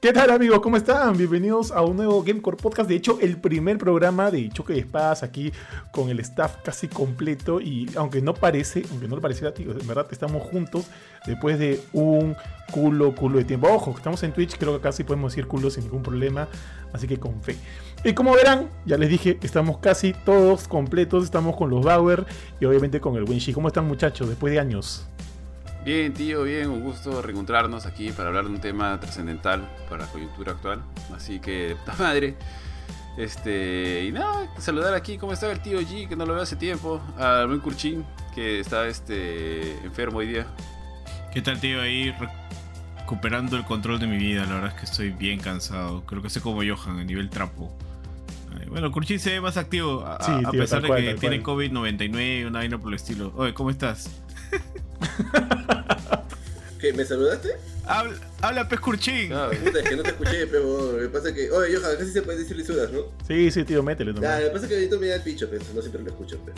¿Qué tal amigos? ¿Cómo están? Bienvenidos a un nuevo Gamecore Podcast. De hecho, el primer programa de choque de espadas aquí con el staff casi completo. Y aunque no parece, aunque no lo pareciera, tío, en verdad estamos juntos después de un culo, culo de tiempo. Ojo, estamos en Twitch, creo que casi podemos decir culo sin ningún problema. Así que con fe. Y como verán, ya les dije, estamos casi todos completos. Estamos con los Bauer y obviamente con el Winchi. ¿Cómo están muchachos después de años? Bien, tío, bien, un gusto reencontrarnos aquí para hablar de un tema trascendental para la coyuntura actual. Así que, de puta madre. Este, y nada, saludar aquí, ¿cómo está el tío G? Que no lo veo hace tiempo. Al buen Curchín, que está este, enfermo hoy día. ¿Qué tal, tío? Ahí recuperando el control de mi vida. La verdad es que estoy bien cansado. Creo que soy como Johan, a nivel trapo. Ay, Bueno, Curchín se ve más activo, a, Sí, a tío, pesar tal de cual, que tal tiene cual. COVID-99, una vaina por el estilo. Oye, ¿cómo estás? ¿Qué? ¿Me saludaste? Habla, habla pues, pez Curchín. ¿sabes? Ah, Puta, es que no te escuché, pero lo que pasa es que. Oye, Johan, casi se puede decir lisuras, ¿no? Sí, sí, tío, métele nomás. Ya, lo que pasa es que ahorita me da el picho, pero no siempre lo escucho, pero.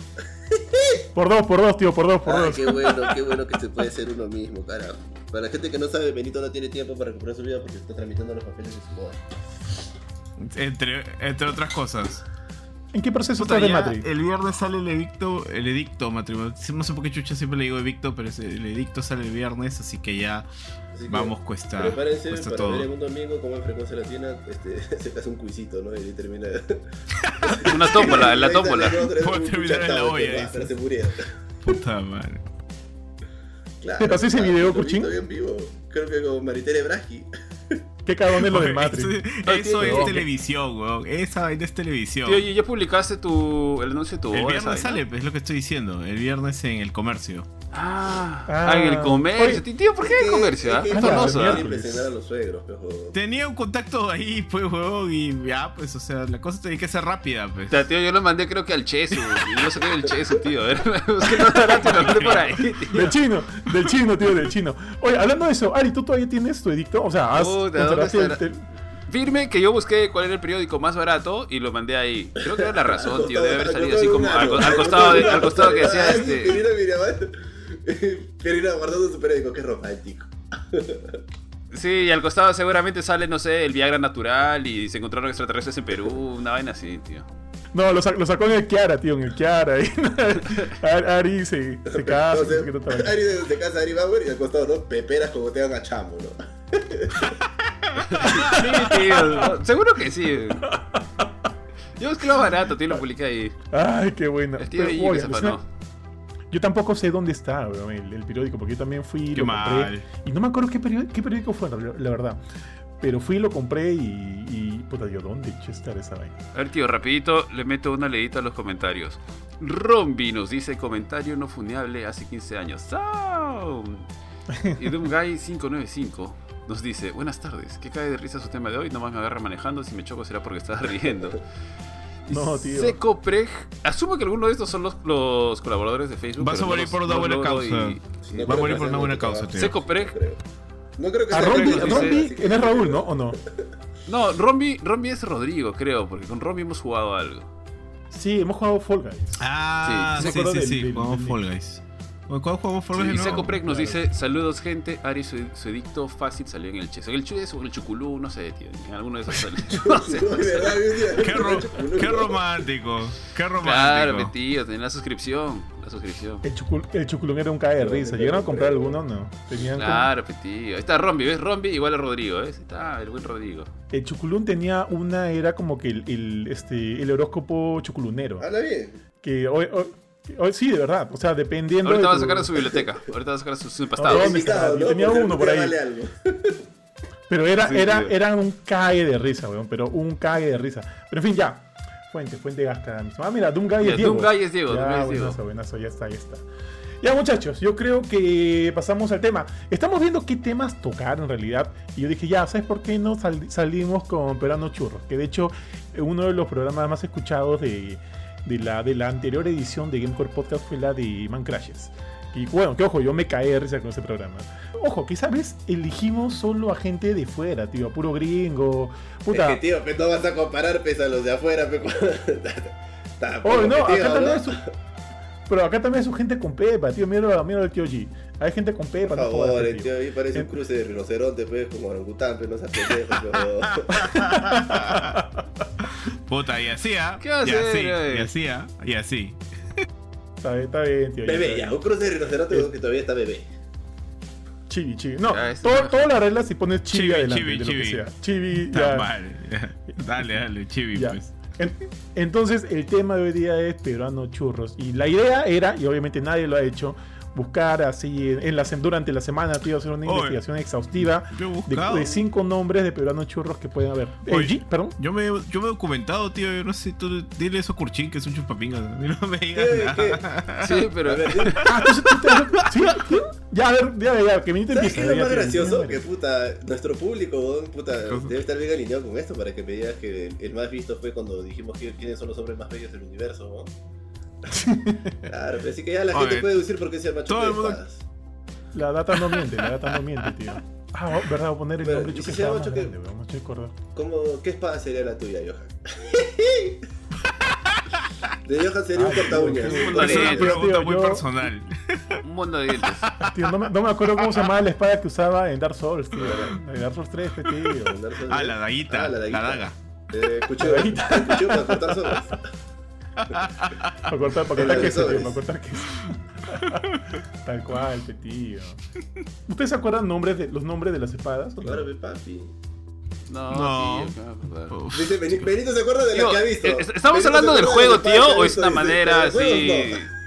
Por dos, por dos, tío, por dos, por Ah, dos. qué bueno, qué bueno que se puede ser uno mismo, carajo. Para la gente que no sabe, Benito no tiene tiempo para recuperar su vida porque está tramitando los papeles de su boda. Entre, entre otras cosas. ¿En qué proceso Puta, estás de ya Matrix? el viernes sale el edicto, el edicto matrimonio. No sé por qué chucha siempre le digo edicto, pero ese- el edicto sale el viernes, así que ya Así que vamos cuesta, Prepárense cuesta para todo. ver en un domingo cómo en frecuencia latina este, se casa un cuisito, ¿no? Y termina. Una tómbola, en la tómbola. Puedo terminar en la este, olla, dices. Para seguridad. Puta madre. Claro. ¿Te pasó ese video, lo vi Curchín? todavía en vivo. Creo que con Maritere Braschi. Qué cagón es lo de Oye, Matrix. Eso, eso es Huevón. televisión, weón. Esa vaina es televisión. Tío G, ya publicaste tu, el anuncio de tu el boda, viernes ¿sabes? sale, pues, es lo que estoy diciendo. El viernes en el comercio. Ah, Ah. ah, en el comercio. Oye. Tío, ¿por qué el comercio? ah? Es que Ah, es para Tornoso, la ah. mierda. impresionar a los suegros, pero- Tenía un contacto ahí, pues, weón. Y ya, pues, o sea, la cosa tenía que ser rápida, pues. O sea, tío, yo lo mandé creo que al Chesu. Y no lo saqué del Chesu, tío. A ver, busqué un restaurante y lo mandé por ahí, tío. Del chino, del chino, tío, del chino. Oye, hablando de eso, Ari, ¿tú todavía tienes tu edicto? O sea, has Puta, ¿dónde conservaste el estará? tel- Firme que yo busqué cuál era el periódico más barato y lo mandé ahí. Creo que era la razón, tío. Debe haber salido así como al, al costado, de- al costado que decía Ah, sí, este. Perina Miramar. Perina guardando su periódico, qué romántico. Sí, y al costado seguramente sale, no sé, el Viagra natural y se encontraron extraterrestres en Perú. Una vaina así, tío. No, lo, sa- lo sacó en el Kiara, tío, en el Kiara. ahí. Ari- Ari se, se casa. Ah, no sé qué tanta vaina. Ari de, de casa Ari Bauer y al costado, ¿no? Peperas como te dan a chamo, ¿no? Sí, tío. Seguro que sí. Yo busqué lo barato, tío, lo publiqué ahí. Ay, qué bueno. El tío Pero, ahí oye, pues, que se alucina- afanó. Yo tampoco sé dónde está weón, el, el periódico, porque yo también fui y Qué lo compré. mal. Y no me acuerdo qué periódico, qué periódico fue, la la verdad. Pero fui y lo compré y. y puta, digo, ¿dónde estar esa vaina? A ver, tío, rapidito le meto una leidita a los comentarios. Rombi nos dice comentario no funeable hace 15 años. ¡Sau! Y Doomguy595 nos dice, buenas tardes, ¿qué cae de risa su tema de hoy? Nomás me agarra manejando, si me choco será porque estaba riendo. Y No, tío. Seco Prej, asumo que alguno de estos son los, los colaboradores de Facebook. Vas pero a morir los- por una buena logro causa. No Va a morir creo que por sea una buena mucho causa, trabajo, tío. Seco Prej, creo. No creo que A sea Rombi, Rombi, Rombi así que- es Raúl, ¿no? ¿O no? no, Rombi, Rombi es Rodrigo, creo, porque con Rombi hemos jugado algo. Sí, hemos jugado Fall Guys. Ah, Sí, sí, me sí, acuerdo sí. del- del- jugamos del- Fall Guys. Oye, ¿Cuál jugamos Fall Sí, Guys? y de nuevo? Seco Prec nos claro. dice, saludos gente, Ari su, su edicto fácil salió en el Chess. En el Chess o en el Chuculú, no sé, tío. En alguno de esos salió. No sé, no De sé. verdad, yo decía, Qué, ro- qué romántico. Qué Claro, romántico. metido, tenía la suscripción. La suscripción. El, chucul, el chuculón era un cae de No, risa. no, ¿Llegaron a no, comprar no. alguno? No. Tenían como- Claro, metido. Ahí está Rombi, ¿ves? Rombi igual a Rodrigo, ¿ves? Ahí Está el buen Rodrigo. El chuculón tenía una, era como que el, el, este, el horóscopo chuculunero. Habla bien. Que hoy, hoy- hoy- sí, de verdad. O sea, dependiendo. Ahorita de va a tu- sacar a su biblioteca. Ahorita va a sacar a sus ¿Dónde empastados. está? Yo tenía Porque uno por ahí. vale algo. Pero era, Sí, era, tío. era un cague de risa, weón. Pero un cague de risa. Pero en fin, ya. Fuente, fuente gasta. mismo. Ah, mira, Doomguy Ya, es Diego. Doomguy es Diego, Ya, Doomguy es Diego. buenazo, buenazo, ya está, ya está. Ya, muchachos, yo creo que pasamos al tema. Estamos viendo qué temas tocar en realidad. Y yo dije, ya, ¿sabes por qué no sal- salimos con Perano Churros? Que de hecho, eh, uno de los programas más escuchados de, de la, de la anterior edición de Gamecore Podcast fue la de Man Crashes. Y bueno, que ojo, yo me caí de risa con ese programa. Ojo, que esa vez elegimos solo a gente de fuera, tío, a puro gringo. Puta. Es que, tío, pe, no vas a comparar pes a los de afuera, pe. con- Tampoco, Oye, no, pe, tío, acá ¿no? también es un- Pero acá también hay su gente con pepa, tío. Mira, mira al tío G. Hay gente con pepa, Por no jodas, favor, tío. el tío ahí parece un cruce de rinoceronte, pues, como orangután, pero no se pendejo, pero... Puta, y así, ¿ah? ¿Qué y hacer, así, eh? y así, ¿ah? y así. Está bien, está bien, tío. Bebé, está ya, un cruce de rinoceronte Es- weón, que todavía está bebé. bien. Chibi, chibi. No, Ya, es todo, una- todas las reglas si pones chibi, Chibi, adelante, chibi, de lo que chibi. sea. Chibi, Está ya. mal. Dale, dale, chibi, Ya. pues. En- entonces, el tema de hoy día es peruano churros. Y la idea era, y obviamente nadie lo ha hecho, buscar así en, en la, sem- durante la semana, tío, hacer una Oye. investigación exhaustiva Yo he de, buscado. de cinco nombres de peruanos churros que pueden haber. Eh, Oye. G, perdón. Yo me, yo me he documentado, tío. Yo no sé, tú dile eso a Curchín, que es un chupapingas. A mí no me digas Eh, ¿qué? nada. Sí, pero A ver, ¿sabes Ah, tú, tú te- ¿sí? ¿Sí? Ya, a ver, ya, ya, que viniste qué es lo más gracioso? Que puta, nuestro público, weón, puta, debe estar bien alineado con esto para que me digas que el, el más visto fue cuando dijimos que quiénes son los hombres más bellos del universo, ¿no? claro, pues, así que ya la A gente ver. puede deducir por qué se llama Todo el Choque de mundo- Espadas. La data no miente, la data no miente, tío. Ah, verdad, voy a poner el Pero, nombre ¿y chuque si se estaba llama más Choque? grande, weón, me estoy acordando. ¿Cómo, ¿Qué espada sería la tuya, Johan? de Johan sería un Ay, corta uñas. qué un buena Dale, Es una corta uñas. pregunta tío, muy yo- personal. un montón de dientes. Ah, Tío, no me, no me acuerdo cómo se llamaba la espada que usaba en Dark Souls, tío. En Dark Souls 3, este tío. Ah, la daguita, Ah, la, la daguita. daga. Eh, cuchillo, cuchillo para cortar sopas. Para cortar, para Era cortar de queso, tío, sobres. para cortar queso. Tal cual, este tío. ¿Ustedes se acuerdan nombres de, los nombres de las espadas? Claro, mi papi. No, pues, No. tío, claro, claro. Uf. Dice, Beni- Benito se acuerda de Tío, lo que ha visto. eh, est- ¿Estamos Benito hablando se del juego, acuerda de las tío? espadas que ha ¿O es visto, una dice, manera pero de juegos así? no.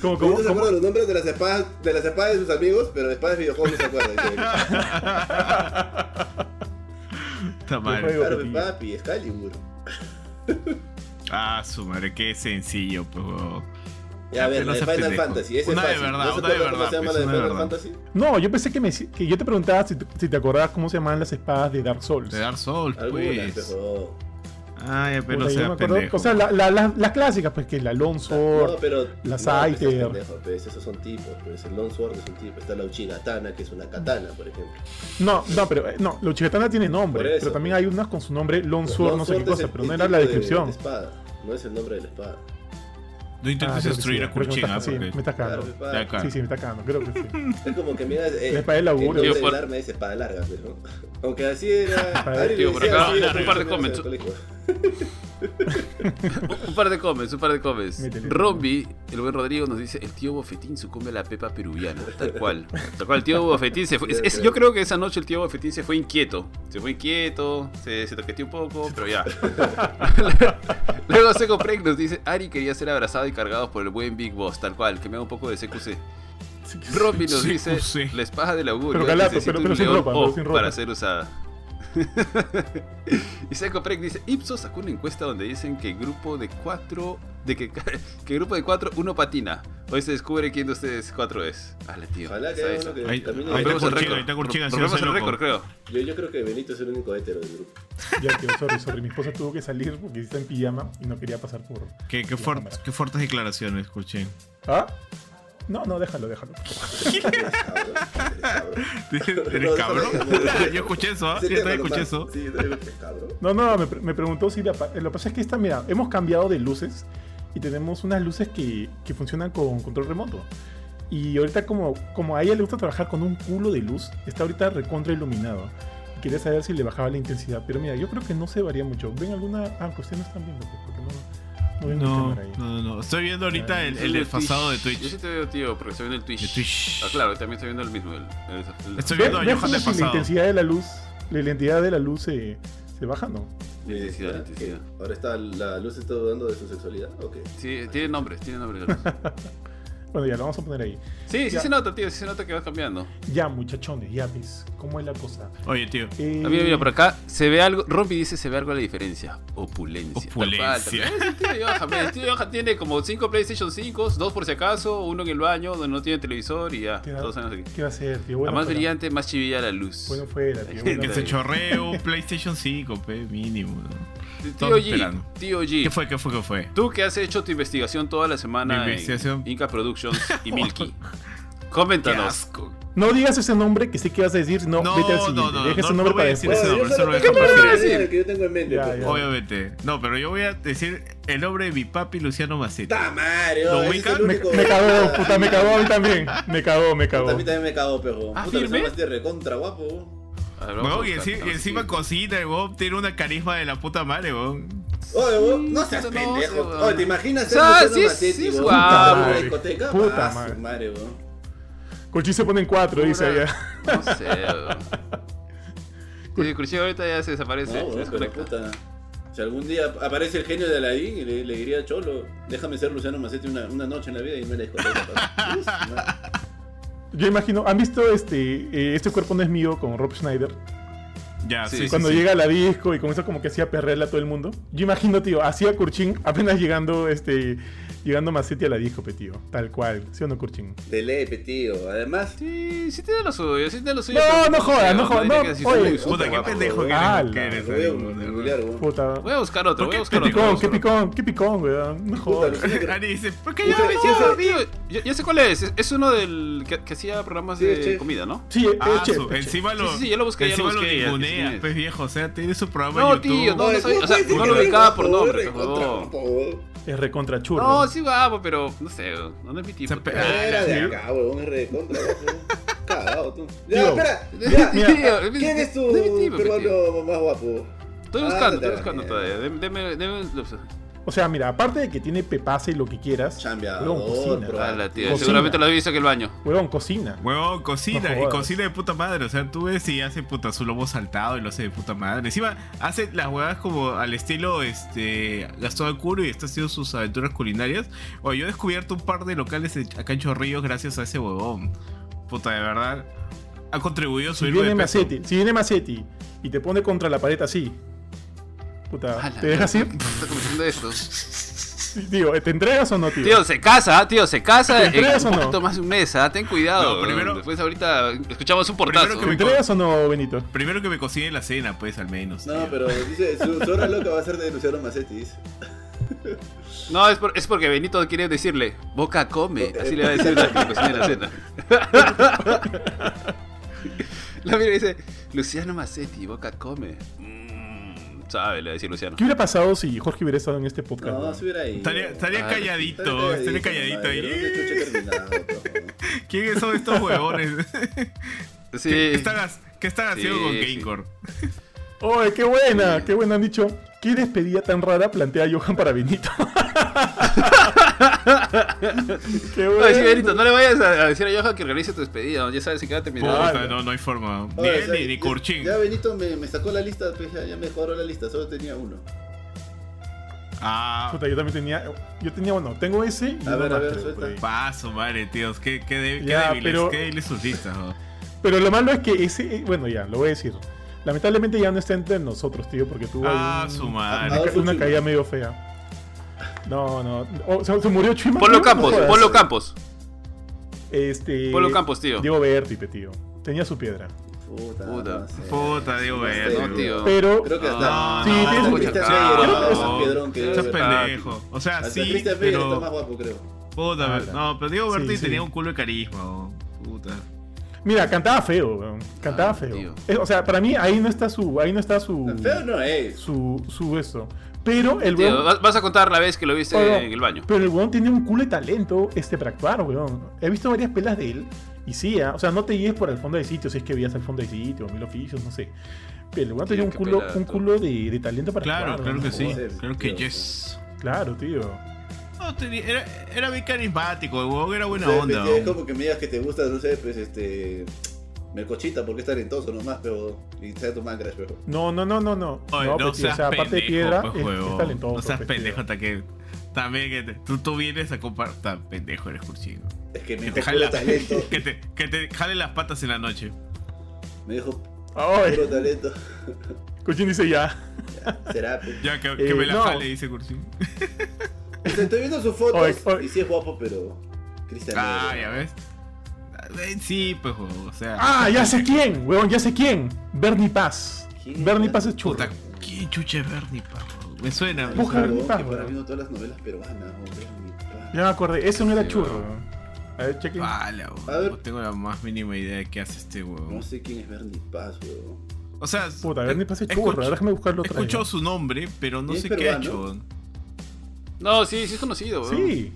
¿Cómo, cómo, Benito se cómo? acuerda de los nombres de las espadas, de las espadas de sus amigos, pero de espadas de videojuegos no se acuerda. dice Benito. Está mal. juego. claro, mi papi, Excalibur. Ah, su madre, qué sencillo, pues. huevón. Ya, a ver, No la de seas Final pendejo. Fantasy. Ese Una es de fácil. verdad, ¿No se una de acuerdan cómo se verdad, llama pues, la de una de Final verdad. Fantasy? No, yo pensé que, me, que yo te preguntaba si, si te acordabas cómo se llamaban las espadas de Dark Souls. De Dark Souls, Algunas, pues. pero... Ay, Puta, pero yo me sea acuerdo- pendejo. o sea, la- la- la- las clásicas, pues que el Alonso. No, pero. la no, Scyther. pues, esos pendejos, pues, esos son tipos. Pues, el Longsword es un tipo. Está la Uchigatana, que es una katana, por ejemplo. No, no, pero eh, no, los chigatanas tienen nombre, Por eso. pero también hay unas con su nombre Lonsword, no sé qué Longsword es cosa, el- pero no el era la tipo de- descripción. de espada. No es el nombre de la espada. No Ah, intentes creo que destruir sí, a creo que me Curchín, estás- ah, sí, porque. me estás Claro, cagando. la espada. de acá. Sí, sí, me está cagando, creo que sí. Es como que mira, La eh, espada del el laburo. nombre Tío, del por- arma es espada larga, pero aunque así era. Espada- Ari le Tío, por decía acá, así, un nosotros par de en el comments. colegio. Un par de comments, un par de comments. Métele. Rombi, el buen Rodrigo, nos dice: el tío Bofetín sucumbe a la pepa peruviana. Tal cual. Tal cual, el tío Bofetín se fue. es- es- yo creo que esa noche el tío Bofetín se fue inquieto. Se fue inquieto, se, se toqueteó un poco, pero ya. Luego Seco Preg nos dice: Ari quería ser abrazado y cargado por el buen Big Boss. Tal cual, que me haga un poco de CQC. Sí, que- Rombi nos Sí, dice: sí. la espada del augurio. Pero calato, necesita pero- un pero sin león ropa, pero o sin ropa. Para ser usada. Y Seco Prec dice, Ipsos sacó una encuesta donde dicen que grupo de cuatro, de que, que grupo de cuatro, uno patina. Hoy se descubre quién de ustedes cuatro es. Ale, tío. Ojalá que esa haya es. uno que Ahí- también- ahí está Rompemos el Curchín, récord. ahí está Curchín Rompemos haciéndose el récord, loco. creo. Yo, yo creo que Benito es el único hétero del grupo. Ya, tío, sorry, sorry. Mi esposa tuvo que salir porque está en pijama y no quería pasar por. Qué, qué, La fuert- cámara. qué fuertes declaraciones, Curchín. ¿Ah? No, no, déjalo, déjalo. Cabrón, cabrón. ¿Eres cabrón? Yo escuché eso, ¿ah? Ese Yo tema, también escuché nomás. eso. Sí, yo también escuché, cabrón. No, no, me, pre- me preguntó si la pa- lo que pasa es que esta, mira, hemos cambiado de luces y tenemos unas luces que, que funcionan con control remoto. Y ahorita como, como a ella le gusta trabajar con un culo de luz, está ahorita recontra iluminado. Quería saber si le bajaba la intensidad, pero mira, yo creo que no se varía mucho. ¿Ven alguna? Ah, que ustedes no están viendo, pues, porque no, no ven mi No, cámara ahí. no, no, no. Estoy viendo ahorita Ah, el, Yo el veo desfasado de Yo sí Twitch. te veo, tío, porque estoy viendo el Twitch. De Twitch. Ah, claro, también estoy viendo el mismo. el- el- el- Estoy ¿Ves, viendo a ves Johan cómo si la desfasado. intensidad de la luz, la identidad de la luz se, se baja, no? la intensidad, la intensidad. Ahora está la luz está dudando de su sexualidad. Ok. Sí, tiene nombre, tiene nombre. la luz. Bueno, ya lo vamos a poner ahí. Sí, sí Ya. se nota, tío, sí se nota que vas cambiando. Ya, muchachones, ya ves cómo es la cosa. Oye, tío. Eh, Ah, mira, mira, por acá se ve algo. Rompi dice: se ve algo la diferencia. Opulencia. Tal cual, Opulencia. tal cual. El tío Johan, mira, el tío Johan tiene como 5 PlayStation 5, 2 por si acaso, uno en el baño donde no tiene televisor y ya. ¿Qué va- Todos años aquí. ¿Qué va a ser, tío? La Bueno, más fuera. brillante, más chivilla la luz. Bueno, fuera, tío. Que Bueno, Que fuera. se chorree un PlayStation 5, pe, mínimo. ¿no? tío estamos G, esperando. tío ¿Qué G. fue? ¿Qué fue? ¿Qué fue? Tú que has hecho tu investigación toda la semana Mi investigación. en Inca Productions y Milky. Qué Coméntanos. asco. No digas ese nombre que sé que vas a decir, no, No, vete al no, siguiente. no, Deja ese no, nombre no voy a para decir después. ese nombre. yo eso solo lo tengo dejo que para hablar decir. del que yo tengo en mente. Ya, pues. ya. Obviamente. No, pero yo voy a decir el nombre de mi papi Luciano Maceta. ¡Ta madre! ¿Lo ese es ubican? el Me, único- me cagó, puta, me cagó a mí también. Me cagó, me Puta, cagó. A mí también me cagó, pejo. ¿Ah, Puta, firme? me de recontra guapo. weón. A ver, vamos a Weón, y, buscar, enci- y vamos a encima buscar. cocina, el weón tiene una carisma de la puta madre, weón. Oye, weón, no Sí, seas no, pendejo. weón. Oye, ¿te imaginas ser O sea, Luciano sí es- Macetti, sí es weón? guapo, Puta, en la weón. discoteca? Puta ah, madre. su madre, weón. Colchín se pone en cuatro, dice Pura- allá. No sé. weón. Sí, Curchillo ahorita ya se No, desaparece. se weón, pero desconecta. puta. Si algún día aparece el genio de Aladín y le, le diría Cholo, déjame ser Luciano Macetti una, una noche en la vida y me la discoteca. papá. Uh, su madre. Yo imagino, ¿han visto este eh, Este cuerpo no es mío con Rob Schneider? Ya, Sí, sí, sí, sí. Cuando llega a la disco y comienza como que hacía perrearle a todo el mundo. Yo imagino, tío, hacía Kurchin apenas llegando, este, llegando Macetti a la disco, pe, tío. Tal cual. ¿Sí o no, Kurchin? De lepe, tío. Además, Sí, sí tiene lo suyo, sí tiene lo suyo. No, pero- no joda, no joda, diría no, que sí, oye. sí, sí, Puta, qué guapo, pendejo weón. que Ah, eres, que la- eres, lo ahí, veo weón, de verdad. vulgar, weón. Puta. Voy a buscar otro, ¿Por voy a qué buscar otro. Picón, voy a qué buscar otro. picón, qué picón, weón. No Puta, jodas. Luciano que- Ani dice, ¿por qué Ya, Puta, yo? Luciano, ya, sí, tío, ya- ya sé cuál es. es- Es uno del que, que hacía programas Sí, de chef. comida, ¿no? Sí, eh, Ah, chef, su- chef. encima Sí, lo. sí, sí, ya lo busqué, ya lo Encima lo busqué. ya, ya sé quién ninguneas, es. pues viejo. O sea, tiene su programa No, en YouTube. tío, no, no Oye, sabía. O ¿cómo sea, puedes decir no que lo eres ubicaba guapo, por nombre, eres pero contra huevón. guapo, weón? Es recontra churro. No, sí, guapo, pero no sé, no es mi tipo. O sea, pe- tío. Era de sí. acá, weón, es re contra. Cagado tú. Ya, Tío. espera. Mira, Ya. es mi- ¿Quién es tu no es mi tipo, pe, tío. peruano más guapo? Estoy Ah, buscando, te estoy la buscando mierda. todavía. Deme, deme, deme. O sea, mira, aparte de que tiene pepaza y lo que quieras, Chambeador, huevón, cocina. bro. Ah, la tía, Cocina. seguramente lo has visto en el baño. Huevón, cocina. Huevón, cocina, No y jodas. cocina de puta madre. O sea, tú ves y hace puta su lobo saltado y lo hace de puta madre. Encima hace las huevadas como al estilo este Gastón Acuro y está haciendo sus aventuras culinarias. O yo he descubierto un par de locales en- acá en Chorrillos gracias a ese huevón. Puta, de verdad. Ha contribuido a Si subirlo viene de peso. Macetti, si viene Macetti y te pone contra la pared así. Puta, Ah, la ¿te dejas mierda, ir? ¿qué está cometiendo esto? Tío, ¿te entregas o no, Tío, se casa, tío, se casa ¿Te en entregas un o no? poquito más de un mes, ¿ah? ten cuidado. No, primero- Después ahorita escuchamos un Primero portazo. que ¿Te me- entregas o no, Benito? Primero que me cocine la cena, pues, al menos. No, tío. pero dice, su, su hora loca va a ser de Luciano Macetti. dice. No, es, por- es porque Benito quiere decirle, boca Eh, come. Así le va a decir la que cocina en la cena. La mira y dice, Luciano Macetti, boca come. Mm, sabe, le va a decir Luciano. ¿Qué hubiera pasado si Jorge hubiera estado en este podcast? No, weón? se hubiera ido. Estaría, estaría Ah, calladito, estaría calladito ahí. ¿Quiénes son estos huevones? Sí. ¿Qué, están, ha- qué están Sí, haciendo con sí. Gamecore? ¡Oye, qué Sí. buena! ¡Qué buena! Han dicho, ¿qué despedida tan rara plantea Johan para Benito? ¡Qué No, sí, bueno! Benito, no le vayas a a decir a Johan que realice tu despedida. ¿no? Ya sabes si queda terminado. Ah, Puta, no. no, no hay forma. Ni él ni, ni Curchín. Ya Benito me, me sacó la lista, pues ya, ya me cuadró la lista, solo tenía uno. Ah, Puta, yo también tenía. Yo tenía, bueno, tengo ese y A uno ver, a más, ver, creo, por ahí. paso, madre, tíos. Qué, qué, dé- qué Ya, débiles, pero- qué débiles sus listas. ¿no? Pero lo malo es que ese. eh, Bueno, ya, lo voy a decir. Lamentablemente ya no está entre nosotros, tío, porque tuvo ahí Ah, un- su una, madre. Ah, ca- una caída medio fea. No, no. O sea, se murió Chima. Polo tío, Campos, no jodas. Polo Campos. Este. Polo Campos, tío. Diego Berti, pe, tío. Tenía su piedra. Puta. Puta. no sé. Puta, eh, Diego No sé, Berti, No, tío. Pero. Creo que No, hasta. Sí, hasta tienes Christian mucha- Meyer creo que es más es- piedrón que Estás Diego Berti. pendejo. O sea, Hasta sí, Christian Meyer está más pero. guapo, creo. Puta, Ah, no, pero Diego sí, Berti sí. tenía un culo de carisma. ¿no? Puta. Mira, cantaba feo, weón. Cantaba Ah, feo. tío. Eh, O sea, para mí ahí no está su. Ahí no está Uh. su. Feo no es. Su. Su eso. Pero el Tío, weón. vas vas a contar la vez que lo viste Oye, en el baño. Pero el weón tiene un culo de talento este para actuar, weón. He visto varias pelas de él. Y sí, ah, o sea, no te guíes por el fondo de sitio, si es que veías el fondo de sitio, mil oficios, no sé. Pero el weón Tío, tenía un qué culo, pelada, un tú. culo de, de talento para Claro, actuar. claro weón, no que sí. jodas. Claro que Dios, yes. Claro, tío. No, tenía- era, era bien carismático, el huevón era buena Sí, onda. pues, Es ¿no? como que me digas que te gusta, no sé, pues este. Melcochita, porque es talentoso nomás, pero. Y sea tu mancras, pero. No, no, no, no, no. Oye, no, no, pues, tío, seas o sea, aparte de pendejo, piedra, pues, es- es, huevón. talentoso. No seas pues, tío. pendejo hasta que... También que te- tú, tú vienes a comprar... Tan pendejo eres, Curchino. Es que me Que dijo te jale puro la- talento. que te, que te jale las patas en la noche. Me dijo puro Ay, talento. Cuchín dice ya. Será, pues. Ya que, que Eh, me la no. jale, dice Curchino. O sea, Estoy viendo sus fotos Oye, oye. y sí es guapo, pero. Cristian. Ah, Meyer, ya ¿no? ves. Eh, Sí, pues, huevón, o sea... Ah, ya sé quién, weón, ya sé quién. Bernie Paz. ¿Quién? Bernie Paz es churro. Puta, ¿quién chuche Bernie, pa? huevón? Me suena. Ay, me Puja, suena. cabrón, mi que paja. para mí no todas las novelas peruanas, hombre, mi paja. Ya me acordé, ese no era Sí, churro. weón. weón. A ver, chequen. Pala, A huevón, ver. no tengo la más mínima idea de qué hace este huevón. No sé quién es Bernie Paz, weón. O sea, eh, Puta, Bernie Paz es escucho- churro, déjame buscarlo otra vez. escucho su nombre, pero no ¿Es sé qué ha peruano? hecho. huevón. No, sí, sí es conocido, weón. Sí.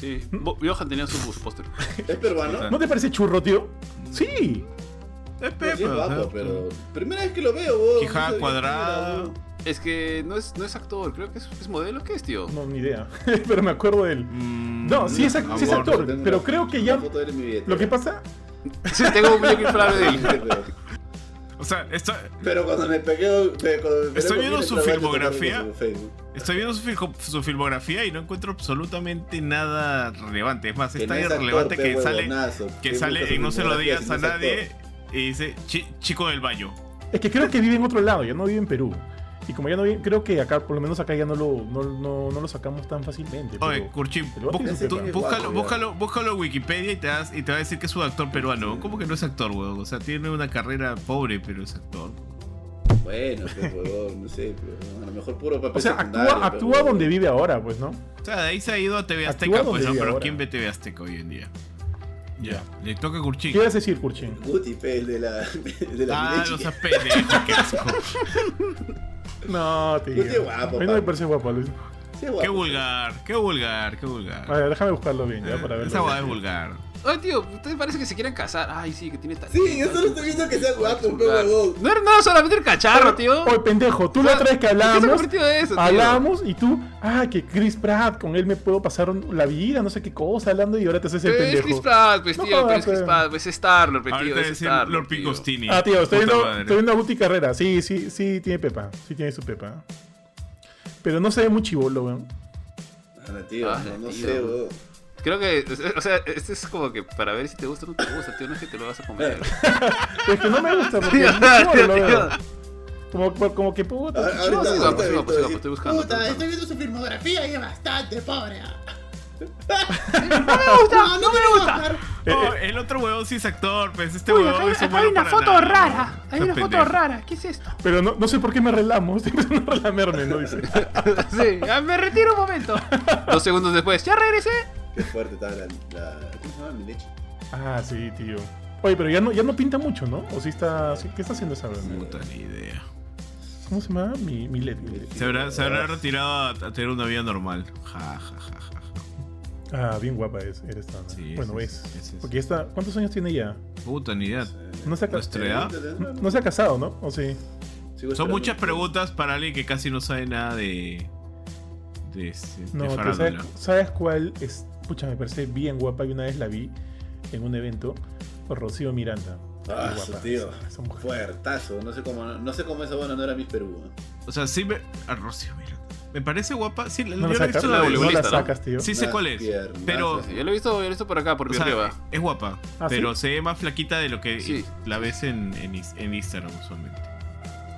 Sí. Bo- Johan tenía su bus- póster. Es peruano. ¿No te parece churro, tío? Sí. Es No, sí Pepe, es ¿no? guapo, pero. mm. Primera vez que lo veo, weón. Quijada No sabía cuadrada. quién era, weón. Es que no es, no es actor, creo que es, es modelo. ¿Qué es, tío? No, ni idea. pero me acuerdo de él. Mm, No, sí es, ac- sí es actor, Tengo pero una- creo que una ya. foto de él en mi billetera. Lo que pasa. Sí, tengo un muñeco inflable de él. Pero- O sea, estoy, Pero cuando me pegué. me- cuando me peleé Estoy con viendo él, su entraba yo filmografía. tocando con su Facebook. estoy viendo su, fil- su filmografía y no encuentro absolutamente nada relevante. Es más, Que es no tan es actor, irrelevante pe, que sale, huevonazo. que ¿Quién busca sale y su no se lo filmografía digas si no a es actor? nadie y dice "Chi- chico del baño. Es que creo que vive en otro lado, ya no vive en Perú. Y como ya no vive, creo que acá, por lo menos acá ya no lo, no, no, no lo sacamos tan fácilmente. pero- Oye, Curchín, pero bú- ese tú- es búscalo, guapo, ya. búscalo, búscalo en Wikipedia y te, das- y te va a decir que es un actor peruano. ¿Cómo que no es actor, weón? O sea, tiene una carrera pobre, pero es actor. Bueno, pues, huevón, no sé. pero a lo mejor puro papel. o sea, actúa, actúa donde vive ahora, pues, ¿no? O sea, de ahí se ha ido a TV Actúa Azteca, donde pues no, vive pero ahora. ¿quién ve TV Azteca hoy en día? Ya, le toca a Curchín. ¿Qué ibas a decir, Kurchin? Guti, pe, el de la. el de la Ah, Minechi. no seas pendejo, qué asco. No, tío. No, tío, guapo, A mí no me pa. parece guapo, Luis. Sí, guapo, Qué pe. vulgar, qué vulgar, qué A vulgar. ver, déjame buscarlo bien, ya, para Eh, verlo. Esa guada es vulgar. Oye, tío, ustedes parece que se quieren casar. Ay, sí, que tiene tal. Sí, yo solo estoy viendo que sea guapo, pe, huevón. No era nada, solamente el cacharro, tío. Ah, Oye, pendejo, tú O sea, la otra vez que ¿por qué se ha hablábamos, convertido en eso, tío? hablamos y tú, ah, que Chris Pratt, con él me puedo pasar un- la vida, no sé qué cosa, hablando y ahora te haces el Pero es Eh, Chris pendejo. Pratt, pues, No tío, pero jodas, es Chris pe. Pratt, pues es Star-Lord, pe, tío, Ahorita es decir Star-Lord, Lord tío. Picostini. Ah, tío, estoy Puta viendo, madre. estoy viendo a Guti Carrera. Sí, sí, sí, tiene pepa. Sí, tiene su pepa. Pero no se ve muy chivolo, weón. Ah, tío, Ah, no, no tío. sé, huevón. Creo que, o sea, esto es como que para ver si te gusta o no te gusta, tío, no es que te lo vas a comer. Es que no me gusta porque Tío, es muy chivolo, tío, weón. tío. Como, como que puta. Ah, Ahorita, sí, ahorita guapo, sí, guapo, he visto sí, guapo, decir, estoy buscando, Puta, estoy estoy viendo su filmografía y es bastante pobre. ah". No, no me gusta. Oh, el otro huevón sí es actor, pues este Eh, Uy, huevón es acá, un acá hay huevón una para foto nada. rara. Hay Ese una foto pendejo. rara. ¿Qué es esto? Pero no, no sé por qué me relamos. Estoy empezando a relamerme, ¿no? Dice. Sí, ah, me retiro un momento. Dos segundos después, ya regresé. Qué fuerte estaba la. la- ¿Cómo se llama? Minechi. Ah, sí, tío. Oye, pero ya no, ya no pinta mucho, ¿no? O sí está. sí- ¿Qué está haciendo esa weón? Puta ni idea. ¿Cómo se llama? Mi, mi LED. Se habrá, se habrá retirado a, a tener una vida normal. Ja, ja, ja, ja. ja. Ah, bien guapa es. Eres tan. Sí, bueno, sí, es. sí, sí, sí. Porque esta. ¿Cuántos años tiene ya? Puta ni idea. No se ha, ca- Nuestra edad. ¿eh? no se ha casado, ¿no? ¿O sí? Sigo Son esperando. muchas preguntas para alguien que casi no sabe nada de. de, este- de No, tú sabes, farándula. ¿sabes cuál es? Pucha, me parece bien guapa y una vez la vi en un evento. Rocío Miranda. Ah, Qué su guapa tío. esa- esa mujer. Fuertazo. No sé cómo, no sé cómo esa buena no era Miss Perú. ¿eh? O sea, sí me. A Rocío, mira. Me parece guapa. Sí, No yo la, la he saca- visto no la la voleibolista, ¿no? sacas, tío. Sí sé Unas cuál es. piernazas, Pero. así. Yo lo he visto, yo lo he visto por acá, por o mi sea, arriba. es guapa. ¿Ah, sí? pero se ve más flaquita de lo que Sí. la ves en, en, is- en Instagram usualmente.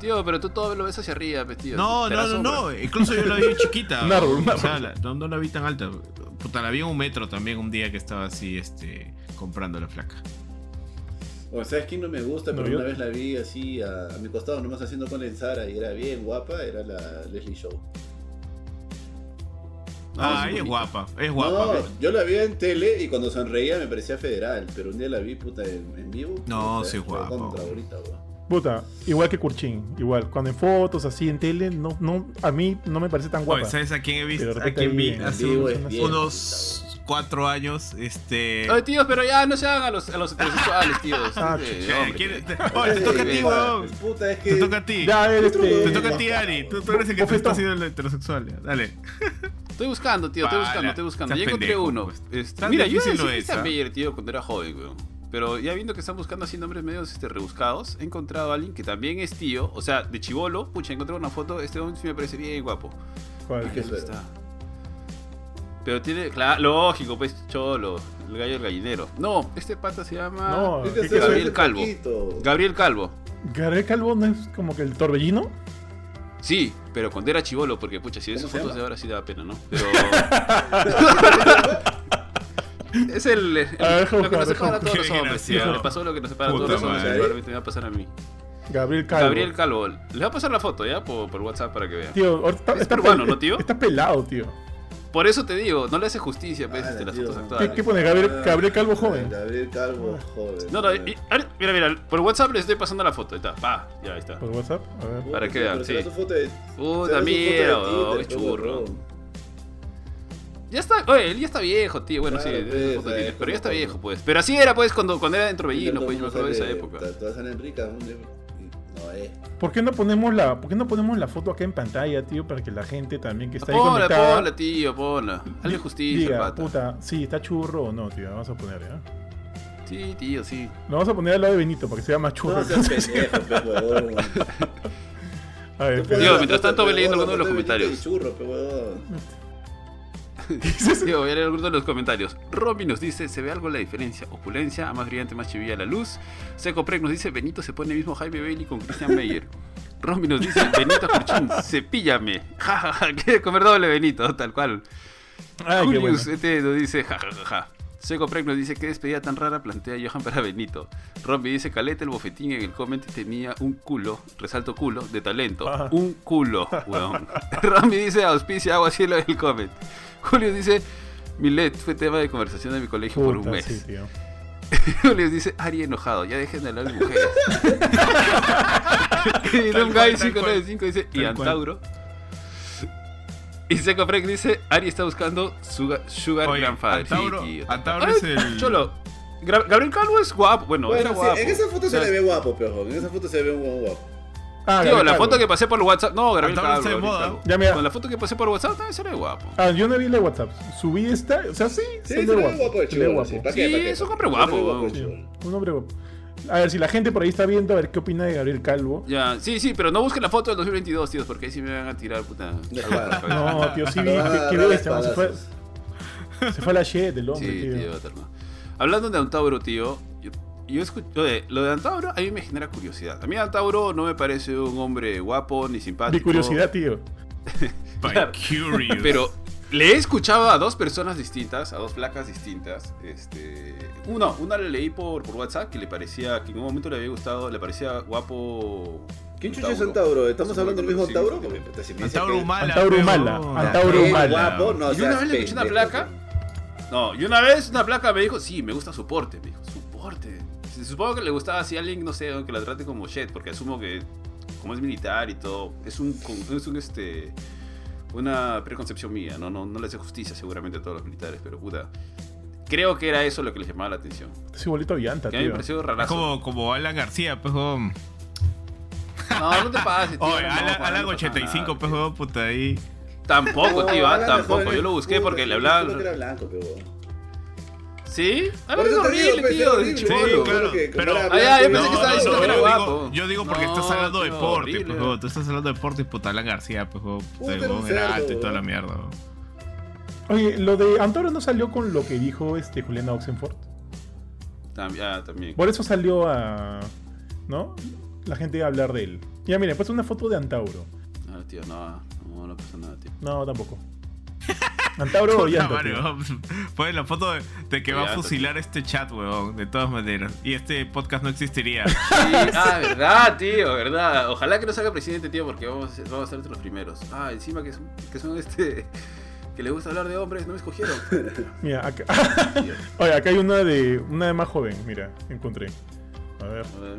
Tío, pero tú todo lo ves hacia arriba, pues, tío. No, Te la no, no, sombra. no. Incluso yo la vi chiquita. Un árbol, un O sea, árbol. la- no, no la vi tan alta. Puta, la vi en un metro también un día que estaba así, este, comprando la flaca. O sea, es que no me gusta, No, pero yo- una vez la vi así a, a mi costado, nomás haciendo con Sara y era bien guapa, era la Leslie Show. Ah, sí, ella es bonita. guapa, es guapa. No, yo la vi en tele y cuando sonreía me parecía federal, pero un día la vi puta en, en vivo. No, puta, sí, fue guapo. Contra ahorita, weón. Puta, igual que Kurchin. Igual, cuando en fotos, así, en tele, no, no, a mí no me parece tan guapa. Oye, ¿sabes a quién he visto? Pero de A repente quién vi ahí en hace vivo unos, es bien, unos cuatro años, este. Oye, tíos, pero ya no se hagan a los, a los heterosexuales, tíos. Ah, Sí, eh, hombre, ¿quién- tío. te- Oye, te toca a ti, Sí, weón. Puta, es que. Te toca a ti. ya, a ver, Otro- este. Te toca a ti, Ari. Tú, tú eres el que te Bofetón. está haciendo el heterosexual. ya. Dale. Estoy buscando, tío, estoy Pala, buscando, estoy buscando. seas Ya encontré pendejo, uno. pues. Este, Tan mira, yo difícil decía no que es, Sam ¿ah? Mayer, tío, cuando era joven, weón. Pero ya viendo que están buscando así nombres medios este, rebuscados, he encontrado a alguien que también es tío, o sea, de chivolo. Pucha, encontré una foto, este hombre sí me parece bien guapo. ¿Cuál? ¿Qué Ahí suena? está. Pero tiene, claro, lógico, pues cholo, el gallo del gallinero. No, este pata se llama No, Es que ¿qué- qué- se ve Gabriel hace Calvo. poquito. Gabriel Calvo. Gabriel Calvo no es como que el torbellino. Sí, pero cuando era chivolo, porque pucha, si ves ¿Cómo se fotos llama? de ahora sí da pena, ¿no? Pero. es el. el- A ver, lo que buscar, nos separa a todos qué los hombres, tío. desgraciado. Le pasó lo que nos separa a todos Puta los hombres, madre. probablemente me va a pasar a mí. Gabriel Calvo. Gabriel Calvo. Le voy a pasar la foto, ¿ya? Por, por WhatsApp para que vean. Tío, ahorita está, Es está peruano, pel- ¿no, tío? Está pelado, tío. Por eso te digo, no le hace justicia, pues, Ah, este, las tío. Ah, fotos ¿Qué, actuales. qué pone? Gabriel, Gabriel Calvo joven. Gabriel Calvo Ah. joven. No, no, y- a ver, mira, mira, por WhatsApp les estoy pasando la foto. Ahí está, pa, ya, ahí está. Por WhatsApp. A ver. para que vean, sí. Su foto de, será Puta su foto de mierda, Tinder, oh, qué pero, churro. weón. Ya está, oye, él ya está viejo, tío. Bueno, Claro, sí, pues, es foto eh, tío, pero ya está como- viejo, pues. Pero así era, pues, cuando, cuando era dentro Todo Bellino, el pues, yo me mundo acuerdo de esa sale- época. ta- Toda San Enrique, un- no es. ¿Por qué no ponemos la, por qué no ponemos la foto acá en pantalla, tío? Para que la gente también que está ahí Ponla, conectada ponla, tío, ponla. Hazle justicia, al diga, pata. puta, sí, está churro o no, tío. Vamos a poner, ¿eh? Sí, tío, sí. Lo vamos a poner al lado de Benito para que sea más churro. No seas pendejo, pe, a huevón. ver, Tú espera. Digo, pones mientras la foto, tanto, pe, voy leyendo algunos huevón, de los foto comentarios. Benito y Churro, pe, huevón. Tío, voy a leer algunos de los comentarios. Robin nos dice, ¿se ve algo la diferencia? Opulencia, a más brillante, más chivilla la luz. Seco Prec nos dice, Benito se pone mismo Jaime Bailey con Christian Meyer. Robin nos dice, Benito Curchín, cepíllame. Jajaja, ja, ja, quiere comer doble Benito, tal cual. Ay, qué bueno. Julius ET nos dice, jajajaja. Ja, ja, ja. Seco Prec nos dice, ¿qué despedida tan rara plantea Johan para Benito? Robin dice, Caleta el bofetín en el comment tenía un culo, resalto culo, de talento. Ajá. Un culo, weón. Robin dice, auspicia agua cielo del comment. Julio dice, Milet fue tema de conversación de mi colegio eh, por un Puta, mes. sí, tío. Julio dice, Ari enojado, ya dejen de hablar de mujeres. y Dumb Tal cual, Guy tal 595 dice, y Tal cual. Antauro. Y Seco Freck dice, Ari está buscando Suga- Sugar Oye, Grandfather. Antauro- tío. Antauro Ay, es el- Cholo, Gra- Gabriel Calvo es guapo. Bueno, Bueno, era sí, guapo. en esa foto O sea, se le ve guapo, pe, huevón. En esa foto se ve un huevón guapo. Ah, Tío, Gabriel la Calvo. foto que pasé por WhatsApp. No, Gabriel Antauro Calvo. está de Gabriel moda. Calvo. Ya, mira. Con la foto que pasé por WhatsApp también se le ve guapo. Ah, yo no vi la de WhatsApp. Subí esta, o sea, sí, se Sí, ve se ve guapo, guapo el se ve churro. guapo. Sí, ¿pa' Sí, qué, pa' qué? es un hombre Se ve guapo, el huevón. Sí, churro. un hombre guapo. A ver, si la gente por ahí está viendo, a ver qué opina de Gabriel Calvo. Ya, sí, sí, pero no busquen la foto del 2022, tíos, porque ahí sí me van a tirar, puta. algo por la cabeza. No, tío, sí vi Ah, que, que no, bestia, este man, se, fue, espadazos. se fue a la shit del hombre, Sí, tío. tío, eterno. Hablando de Antauro, tío, yo, yo escu- lo de- lo de Antauro a mí me genera curiosidad. A mí Antauro no me parece un hombre guapo ni simpático. De curiosidad, tío. By Claro. Curious. Pero le he escuchado a dos personas distintas, a dos flacas distintas. Este, uno, una le leí por, por WhatsApp que le parecía, que en un momento le había gustado, le parecía guapo. ¿Quién chucha es Antauro? ¿Estamos hablando del mismo Sí, Antauro? sí, Porque, sí. puta, si me dice Antauro que- Humala. Antauro pe, Humala, huevón. Antauro Eh, Humala. guapo, no, Y una seas vez le escuché una pendejo, placa. pe. No, y una vez una placa me dijo, sí, me gusta su porte. Me dijo, su porte. Sí, Supongo que le gustaba así a alguien, no sé, que la trate como shit, porque asumo que, como es militar y todo, es un, con- es un este, una preconcepción mía, ¿no? No, no le hace justicia seguramente a todos los militares, pero puta. Creo que era eso lo que les llamaba la atención. Es igualito a Llanta, Que a mí me tío. pareció Es rarazo. como, como Alan García, pues, huevón. No, no te pases, tío. Oye, no, Alan, Juan, Alan no pasa 85, nada, pues, tío. huevón, puta ahí. Tampoco, tío, ah, Alan tampoco. García Yo lo busqué era- porque le Solo que hablaban. era blanco, pe, huevón. ¿Sí? Ah, Por es eso te digo, horrible, pues, tío. horrible. de Sí, chibolo. claro. que como pero. era Ah, ya, yo pensé No, que estaba diciendo no, que era yo guapo. Digo, yo digo porque No, estás hablando de tío, deporte, horrible. pues, huevón. Tú estás hablando de deporte y puta Alan García, pues, huevón. Puta, Puta, el era un huevón era cerdo, alto y toda huevón. la mierda, huevón. Oye, lo de Antauro no salió con lo que dijo este Juliana Oxenford. Tam- ah, también. Por eso salió a. ¿No? La gente iba a hablar de él. Ya, mira, pues una foto de Antauro. Ah, tío, no, no, no pasa nada, tío. No, tampoco. Antauro o Puta Llanta. madre, tío. huevón. Pon la foto de, de que va a Llanta, fusilar este chat, huevón. De todas maneras. Y este podcast no existiría. Sí, ah, verdad, tío, verdad. Ojalá que no salga presidente, tío, porque vamos, a ser- vamos a ser entre los primeros. Ah, encima que son, que son este. que le gusta hablar de hombres, no me escogieron. Mira, acá. Tío, Oye, acá hay una de una de más joven, mira, encontré. A ver, a ver.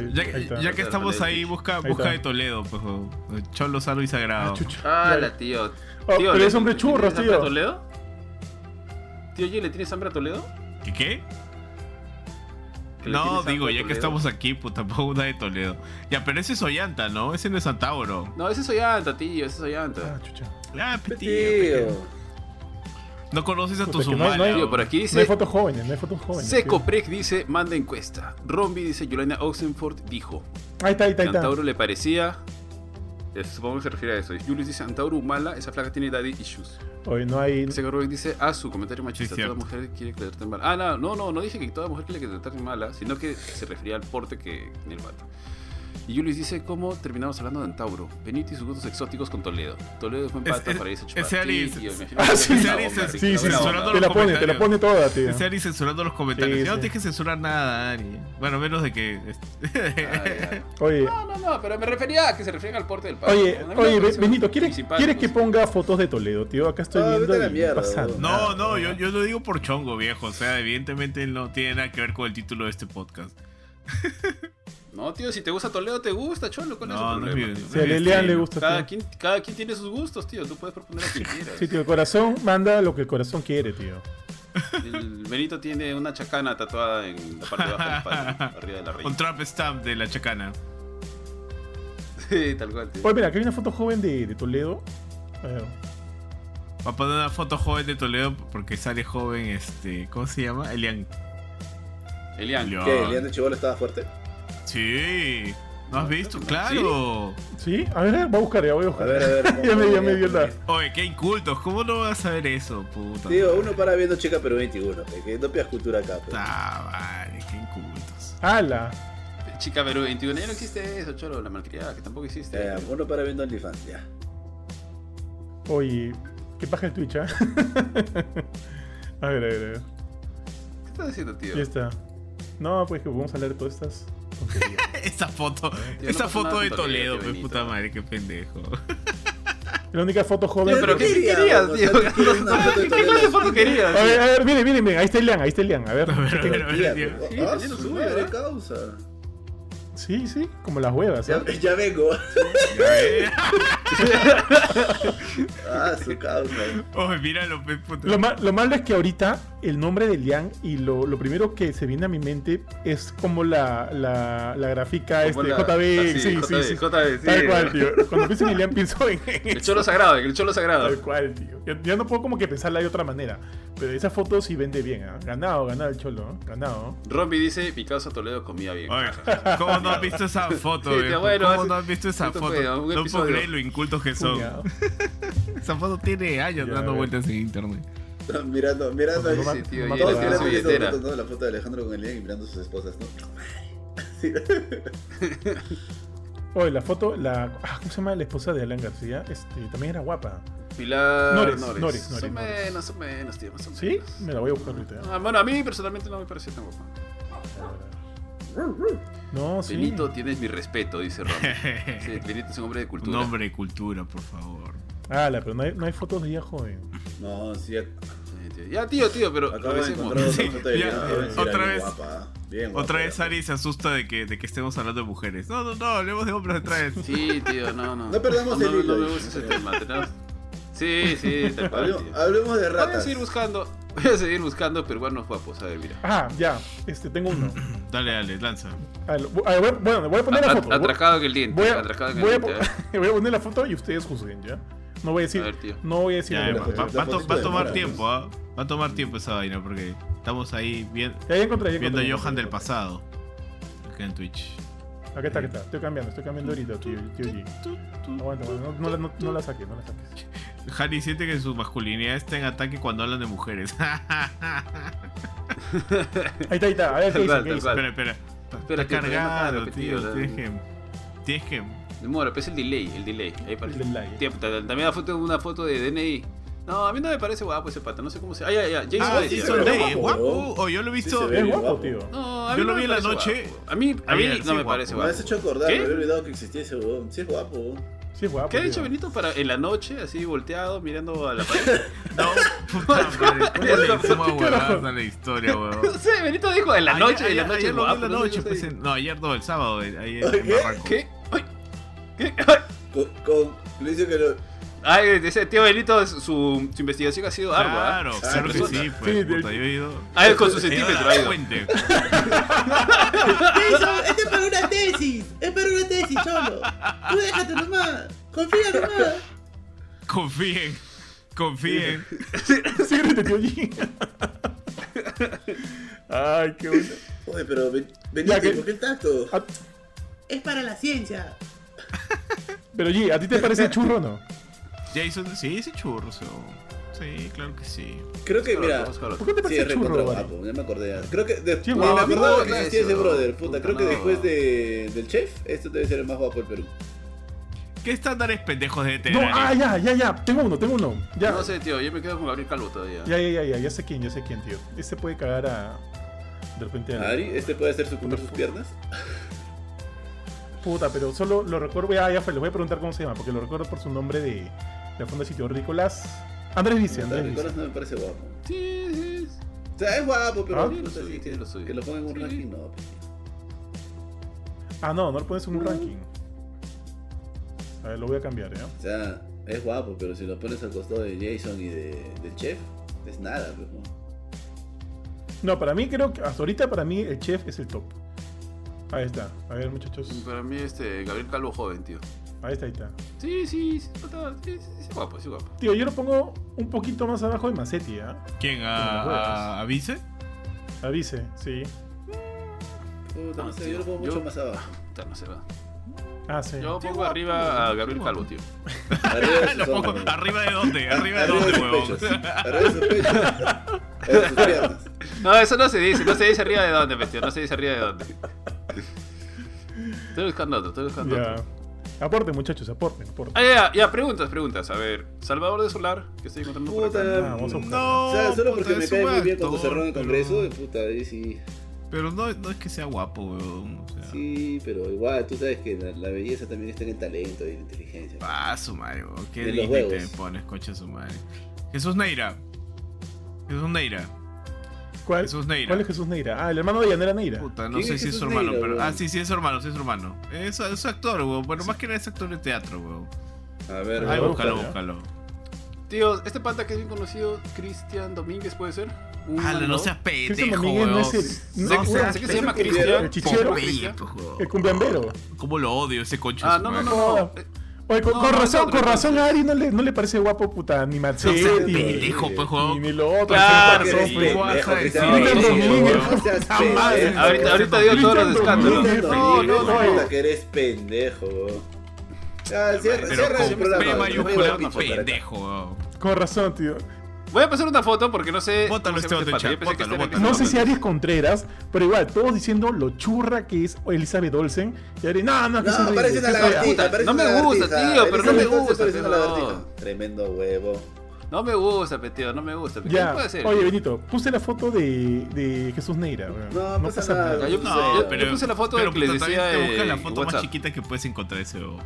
ahí, Ya, ahí está. ya que estamos ahí, busca, busca está. de Toledo, pues, huevón. Cholo sano y sagrado. Ah, chucha. Hala, tío. Oh, tío pero ¿le- es hombre le- churro, ¿le tienes hambre a tío. Toledo? Tío, oye, ¿le tienes hambre a Toledo? ¿Qué qué? ¿Que le No, tienes digo, hambre a ya Toledo? que estamos aquí, pues tampoco una de Toledo. Ya, pero ese es Ollanta, ¿no? Ese no es Antauro. No, ese soy anta, tío, ese soy Ah, anta. chucha. Ah, Tío. tío. No conoces a Puta, tus que no hay- humanos. no hay- Tío, por aquí No hay dice. fotos jóvenes, no hay fotos jóvenes. Seco tío. Prec dice, manda encuesta. Rombi dice, Yolanda Oxenford dijo, Ahí está, ahí está, que ahí está. Antauro le parecía... eh, Supongo que se refiere a eso. Y Julius dice, Antauro mala, esa flaca tiene daddy issues. Oye, no hay. Seco Rubén dice, ah, su comentario machista, Sí, toda cierto. mujer quiere que le traten mal. Ah, no, no, no, no dije que toda mujer quiere que le traten mala, sino que se refería al porte que tenía el vato. Y Julius dice, ¿cómo terminamos hablando de Antauro? Benito y sus gustos exóticos con Toledo. Toledo fue un Es- pata es- para irse a chupar. ese Alice- Sí, tío, imagino Ah, que sí, era una ese bomba, Alice- Ricky, Sí, era sí, una bomba. te censurando los la pone, te la comentarios. pone toda, tío. Ese Ari censurando los comentarios. Sí, ya no sí. tienes que censurar nada, Ari. Bueno, menos de que. Ah, ya. Oye, No, no, no, pero me refería a que se refieren al porte del país. oye, oye, Be- Benito, ¿quieres, ¿quieres que ponga fotos de Toledo, tío? Acá estoy Ah, vete viendo a la y mierda, pasando. bro. No, nada, no, nada. yo, yo lo digo por chongo, viejo. O sea, evidentemente no tiene nada que ver con el título de este podcast. No, tío, si te gusta Toledo, te gusta, cholo. ¿Cuál es No, el no es mi- problema? no tío? es Si mi a Lelian le estilo. gusta. Cada tío. quien, cada quien tiene sus gustos, tío. Tú puedes proponer lo que quieras. Sí, tío, el corazón manda lo que el corazón quiere, tío. El Benito tiene una chacana tatuada en la parte de abajo del palo, arriba de la Un raíz. trap stamp de la chacana. Sí, tal cual, tío. Oye, mira, aquí hay una foto joven de, de Toledo. A ver. Va a poner una foto joven de Toledo porque sale joven, este. ¿Cómo se llama? Elian. Elian. Elian. ¿Qué? ¿Elian de Chivolo estaba fuerte? Sí. ¿No has visto? Claro. ¿Sí? A ver, va a buscar, ya voy a A buscar. ver, a ver. ya me, ya vamos, me dio la. Oye, qué incultos. ¿Cómo no vas a saber eso, puta? Tío, uno para viendo Chica Perú 21, que- que no pegas cultura acá. pues. Ah, vale, qué incultos. ¡Hala! Chica Perú 21. Ya no existe eso, cholo. La malcriada, que tampoco existe. Ya, ya, Eh, Eh, uno para viendo OnlyFans, ya. Oye, qué paja el Twitch, ¿ah? a ver, a ver, a ver. ¿Qué estás haciendo, tío? Ya está. No, pues que vamos a leer todas estas. tonterías. Esa foto, no esa pasa foto nada de con Toledo, Toledo, tío pues, Benito. puta madre, qué pendejo. La única foto joven. Tío, pero Yo ¿qué quería, querías, o tío? sea, tú quieres una foto de ¿Qué clase de Toledo. foto querías? A ver, a ver, miren, miren, miren, ahí está Elian, ahí está Elian, a ver. A ver, a ver, a ver, Tía, tío. pues, Sí, ah, tenía lo su suyo, madre, ¿eh? causa. Sí, sí, como las huevas, Ya, ¿eh? ya vengo. Ya, eh. Ah, su causa. Oye, míralo, pues, puta. Lo, ma- lo malo es que ahorita el nombre de Elian y lo, lo primero que se viene a mi mente es como la, la, la gráfica este, Como la- JB. así, sí, sí, JB, sí. JB, sí. Tal cual, tío. Cuando pienso en Elian pienso en, en El cholo sagrado, el cholo sagrado. Tal cual, tío. Ya, ya no puedo como que pensarla de otra manera. Pero esa foto sí vende bien, ¿ah? Ganado, ganado el cholo, ¿eh? Ganado. Rombi dice, mi causa Toledo comía bien. Oye, ¿cómo no has visto esa foto, Sí, tío, viejo? bueno, ¿Cómo hace- no has visto esa puto foto? pedo, un No puedo episodio. creer lo incultos que son. Puñado. Esa foto tiene años Ya, dando a ver. vueltas en internet. Mirando, mirando. No ahí, ma- Sí, tío, no y mató a la- él tiene Todos su queremos esa billetera. foto, ¿no? La foto de Alejandro con Elian y mirando a sus esposas, ¿no? Oye, la foto, la. ah, ¿Cómo se llama la esposa de Alan García? Este, también era guapa. Pilar Nores, Nores. Nores, Más o Nores, Nores. menos, más o menos, tío, más o menos. ¿Sí? Me la voy a buscar ahorita. ¿eh? Ah, bueno, a mí personalmente no me pareció tan guapa. No, sí. Benito, tienes mi respeto, dice Rombi. Sí, Benito es un hombre de Un cultura. hombre de cultura, por favor. Ala, pero no hay, no hay fotos de ella joven. No, sí, Sí, tío. Ya, tío, tío, pero acabo de regresemos. encontrar otra Sí, foto de ya, Elian. debe ser otra bien vez. guapa, ¿eh? bien guapa, Otra vez ya. Ari se asusta de que, de que estemos hablando de mujeres. No, no, no, hablemos de hombres otra vez. Sí, tío, no, no. No perdamos no, el no, hilo, No me dice. gusta ese tema, tenemos- Sí, sí, tal cual, Hablemos, tío. hablemos de Voy a ratas. seguir buscando, voy a seguir buscando peruanos guapos, a ver, mira. Ah, ya. Este, tengo uno. Dale, dale, lanza. A ver, lo- a ver, bueno, voy a poner la At- foto. Atracado en el diente, Voy a, atracado en el ¿eh? voy, a, diente. a ver. po- voy a poner la foto y ustedes juzguen, ¿ya? No voy a decir. A ver, tío. no voy a decir. Ya, ninguna va, foto. va- va a to- va a tomar Ahora. tiempo, ¿ah? Va a tomar tiempo esa vaina porque estamos ahí bien- Ya, ya encontré, ya viendo encontré. a Johan del pasado. Acá en Twitch. Aquí está, aquí está. Estoy cambiando, estoy cambiando ahorita, tío. tío G. Aguanta, aguanta. No, no, la- no- no la saques, no la saques. Harry siente que su masculinidad está en ataque cuando hablan de mujeres. Ahí está, ahí está. A ver, ¿qué Tal dice? cual, ¿Qué dice? tal cual. Espera, espera. Espera, tío, está todavía no cargado, está tío. repetido, Tienes la- que. Tienes que. Demora, pero es el delay, el delay. Ahí parece. El delay. Tío, puta, también la foto, una foto de DNI. No, a mí no me parece guapo ese pata, no sé cómo se. Ah, ya, ya, Jason Ah, Day, sí, ya. son ve ley, guapo, es guapo. ¿no? O yo lo he Sí, visto. se ve. Es Bien, guapo, guapo. tío. No, a mí no Yo lo me vi en la parece noche. guapo. A mí, a mí Ayer, sí, no me guapo. parece Me guapo. has hecho acordar, ¿Qué? me había olvidado que existía ese huevón. Sí es guapo. huevón. Sí, es guapo. ¿Qué ha tío. dicho Benito para en la noche, así volteado, mirando a la pared? No, puta madre. ¿Cómo le decimos huevadas a la historia, no huevón? sé, Benito dijo en la Ayer- noche, en la ayer- noche, ayer lo vi en guapo. la no sé, noche, no sé. pues, en- No, ayer no, el sábado. eh, Ahí en ¿Qué? Barranco. ¿Qué? Ay, ¿Qué? Con, con Luis que lo... Ay, ese tío Benito, su, su investigación ha sido ardua. Claro, ¿eh? claro que Resulta- sí, pues. de- puta, yo he ido. Ah, es con su he ido a la centímetro, ahí. fuente. ¡Eso! ¡Este es para una tesis! ¡Es para una tesis, cholo! ¡Tú déjate nomás! ¡Confía nomás! Confíen. Confíen. Sí, grite, tío G. Ay, qué bueno. Oye, pero ven, Ya, veniste, que- ¿por qué el tacto? Ah, Es para la ciencia. Pero G, ¿a ti te parece churro o no? Jason, sí, ese churro. Sí, claro que sí. Creo que, mira, Búscalo, búscalo. ¿Por qué te sí, parece recontra churro, vale? guapo, ya me acordé. Creo que después Sí, me guapo, acordaba que guapo, existía ese eso, brother, puta. Creo que no. después de, del chef, esto debe ser el más guapo del Perú. ¿Qué estándares pendejos de tener? No, ah, ya, ya, ya. Tengo uno, tengo uno. Ya. No sé, tío, yo me quedo con Gabriel Calvo todavía. Ya, ya, ya, ya, ya sé quién, ya sé quién, tío. Este puede cagar a. De repente a. Ari, este puede hacer su comer sus piernas. Puta, pero solo lo recuerdo. Ya, ya fue, les voy a preguntar cómo se llama, porque lo recuerdo por su nombre de. La fonda sitio Nicolás. Andrés dice, Puta, Andrés Nicolás dice. no me parece guapo. Sí, sí. O sea, es guapo, pero Ah, puta, sí, sí, tiene lo suyo. que lo pongan en un Sí. ranking, no. pues. Ah, no, no le pones en un ranking. A ver, lo voy a cambiar, ¿eh? ¿ya? O sea, es guapo, pero si lo pones al costado de Jason y de, del chef, es nada, pues, ¿no? No, para mí creo que hasta ahorita para mí el chef es el top. Ahí está. A ver, muchachos. Para mí, este, Gabriel Calvo joven, tío. Ahí está, ahí está. Sí, sí, sí, puta, sí, sí, sí, guapo, sí, guapo. Tío, yo lo pongo un poquito más abajo de Macetti, ¿ah? ¿Quién? Como juegas. ¿A, a, a Vice? Avise, sí. Puta, no Ah, sé, sí, yo lo pongo mucho yo- más abajo. Puta, no se va. Ah, sí. Yo pongo arriba a Gabriel Calvo, tío. Arriba de Lo sus pongo- hombros. ¿Arriba de dónde? ¿Arriba de Arriba de dónde, sus huevón? pechos. Arriba de sus pechos. Arriba de sus piernas. No, eso no se dice, no se dice arriba de dónde, bestia, no se dice arriba de dónde. Estoy buscando otro, estoy buscando Ya. otro. Aporten, muchachos, aporten, aporten. Ah, ya, ya, preguntas, preguntas. A ver, Salvador de Solar, que estoy encontrando por acá. Ah, vamos a Puta. buscar. No, O sea, solo porque puta, me es un cae muy bien cuando actor, cerró en el pero- Congreso, y puta, ahí sí. Pero no, no es que sea guapo, weón. O sea, Sí, pero igual, tú sabes que la, la belleza también está en el talento y la inteligencia. Ah, su madre, weón. Qué De los Disney te huevos. pones, coche su madre. Jesús Neira. Jesús Neira. ¿Cuál, Jesús Neira. ¿Cuál es Jesús Neira? Ah, el hermano de Yanera Neira. Puta, no ¿Quién sé es si es su Jesús hermano, Neira, pero. weón? Ah, sí, sí es su hermano, sí es su hermano. Es, es actor, weón. Bueno, más que nada es actor de teatro, weón. A ver, Ay, weón. Ahí weón. búscalo, búscalo, ¿eh? búscalo. Tío, este pata que es bien conocido, Cristian Domínguez, ¿puede ser? Un Ah, no animador. seas Cristian pendejo, Domínguez no weón. es el. Sé- no, sé- weón, sé que es se el llama que- Cristian. El chichero. Pobre. Oye, pues, weón. El cumbiambero. ¿Cómo lo odio ese conche? Ah, su no, no, madre? no. no. No. Eh, Oye, con, No, con no, razón, no, con no, razón no. a Ari no le, no le parece guapo, puta, ni No Marcetti. seas ni- pendejo, pues, ni, weón. ni lo otro. Claro, sí, Eres razón, sí, pues. pendejo, vas a decir Cristian eso, Domínguez, weón. no seas Puta madre. pendejo. Eh, Ahorita, ahorita digo todos los escándalos. Cristian No, no, Domínguez, no. Puta, que eres pendejo, weón. Ya, cierra, Pero cierra el con programa. P weón. Me voy a mayúscula, pichar para acá. pendejo, weón. Con razón, tío. Voy a pasar una foto porque no sé. Bótalo, cómo se llama Esteban, pata. Yo pensé que bótalo, este era bótalo. No sé Cristian si Arias Contreras, pero igual, todos diciendo lo churra que es Elizabeth Olsen. Y Ari, no, no, que es No, horrible, parece que una es fea. lagartija. puta, parece no me una gusta, lagartija. tío, pero no me Elizabeth Olsen gusta, parece una pero- lagartija. Tremendo huevo. No me gusta, peteo, no me gusta. Peteo. Ya, ¿Qué puede ser? oye Benito, puse la foto de, de Jesús Neira. weón. No, pasa nada. Ya, yo, puse, No, yo- yo pero- puse la foto pero, del que les puta, decía. también te busca eh, la foto más WhatsApp. chiquita que puedes encontrar ese weón.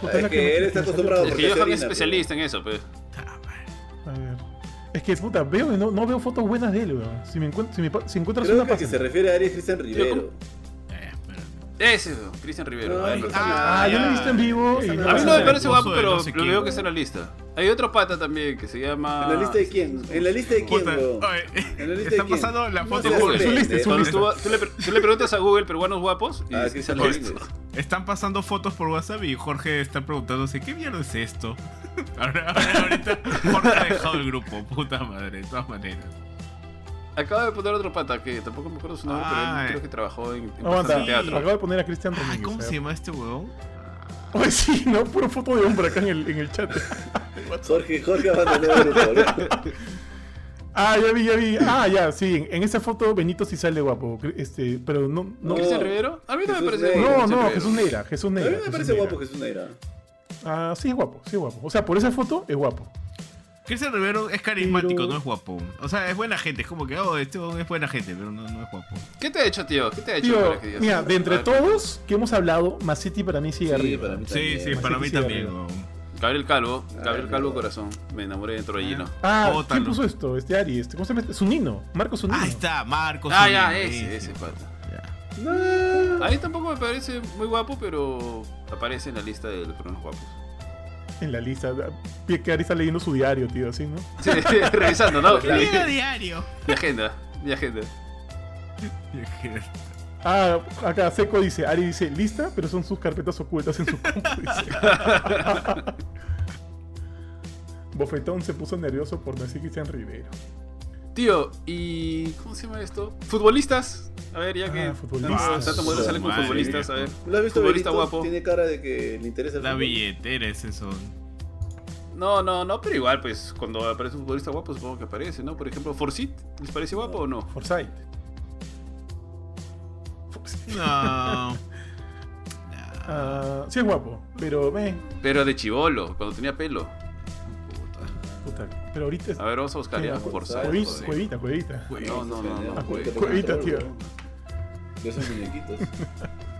Puta, Es la que él me- está me salió. acostumbrado. Es porque que yo se soy orina, especialista en eso, pues. Ah, madre. A ver. Es que puta, veo y no, no veo fotos buenas de él, weón. Si me encuentro, si me pa- si encuentras Creo una que, que se pasa. refiere a Arias Cristian Rivero. Eh, espérate. Ese, weón, Cristian Rivero. No, Ahí no, lo- Ah, yo lo he visto en vivo y Esa no a no. mí pasa no me nada. parece guapo, Esposo de pero no sé lo quién, veo weón. que está en la lista. Hay otro pata también que se llama. ¿En la lista de quién? ¿En la lista de quién, Puta, weón? oye, ¿En la lista está de quién? pasando la No foto seas de Google. Su pendejo. lista, su Cuando lista. tú, tú le, pre- tú le preguntas a Google peruanos guapos y Ah, dice Cristian la Rivero. lista. Están pasando fotos por WhatsApp y Jorge está preguntándose ¿Qué mierda es esto? Ahora, ahora- ahorita Jorge ha dejado el grupo, puta madre, de todas maneras. Acabo de poner otro pata que tampoco me acuerdo su nombre, pero Ah, él eh. creo que trabajó en, en Aguanta, bastante teatro. acabo de poner a Cristian Ay, Domínguez. ¿cómo a ver. se llama este huevón? Oye, sí, no, puro foto de hombre acá en el, en el chat. Jorge, Jorge abandonó el grupo, ¿no? Ah, ya vi, ya vi. Ah, ya, sí. En, en esa foto Benito sí sale guapo. Cri- Este, pero no. No, No, ¿Cristian Rivero? A mí no me Jesús parece. Neira. guapo no, Cristian no, Jesús Neira, Rivero. Jesús A Neira. mí me Jesús parece Neira. guapo Jesús Neira. Ah, sí es guapo, sí es guapo. O sea, por esa foto es guapo. Cristian Rivero es carismático, Pero- no es guapo. O sea, es buena gente, es como que, oh, este huevón es buena gente, pero no, no es guapo. ¿Qué te ha hecho, tío? ¿Qué te ha hecho? Tío, para que digas- mira, de A entre ver, todos que hemos hablado, Macetti para mí sigue Sí, arriba. para mí Sí, también. sí, para mí sí, también, arriba. huevón. Gabriel Calvo, Gabriel no. Calvo Corazón. Me enamoré de Troyino. Ah, Bótalo. ¿quién puso esto? Este Ari, este, ¿cómo se llama? este? Zunino, Marco Zunino. Ahí está, Marcos. Ah, ya, Uribe, ese, sí, ese sí. pata. Ya. No. Ahí tampoco me parece muy guapo, pero aparece en la lista de los peruanos guapos. En la lista. Pie que Ari está leyendo su diario, tío, así, ¿no? Sí, revisando, ¿no? Mi, Mira diario. mi agenda, mi agenda. Ah, acá Seco dice, Ari dice, lista, pero son sus carpetas ocultas en su compu, dice. Bofetón se puso nervioso por decir Cristian Rivero. Tío, ¿y cómo se llama esto? Futbolistas. A ver, ya que Ah, futbolistas. tanto- tanto modelo sale con Madre futbolistas, a ver. ¿Lo has visto Futbolista Benito? guapo. Tiene cara de que le interesa el La eh. fútbol. billetera es eso. No, no, no, pero igual, pues cuando aparece un futbolista guapo, supongo que aparece, ¿no? Por ejemplo, Forsyth, ¿les parece guapo o no? Forsyth. No. Nah. Ah, sí es guapo, pero eh, me... Pero de chivolo, cuando tenía pelo. Puta. Puta, pero ahorita es... A ver, vamos a buscar ya, Cuevi- Forsyth. cuevi- Ah, joder. Cuevita, cuevita. No, no, no, no, Ah, güey. puta, Cuevita, control, tío. weón. De esos muñequitos.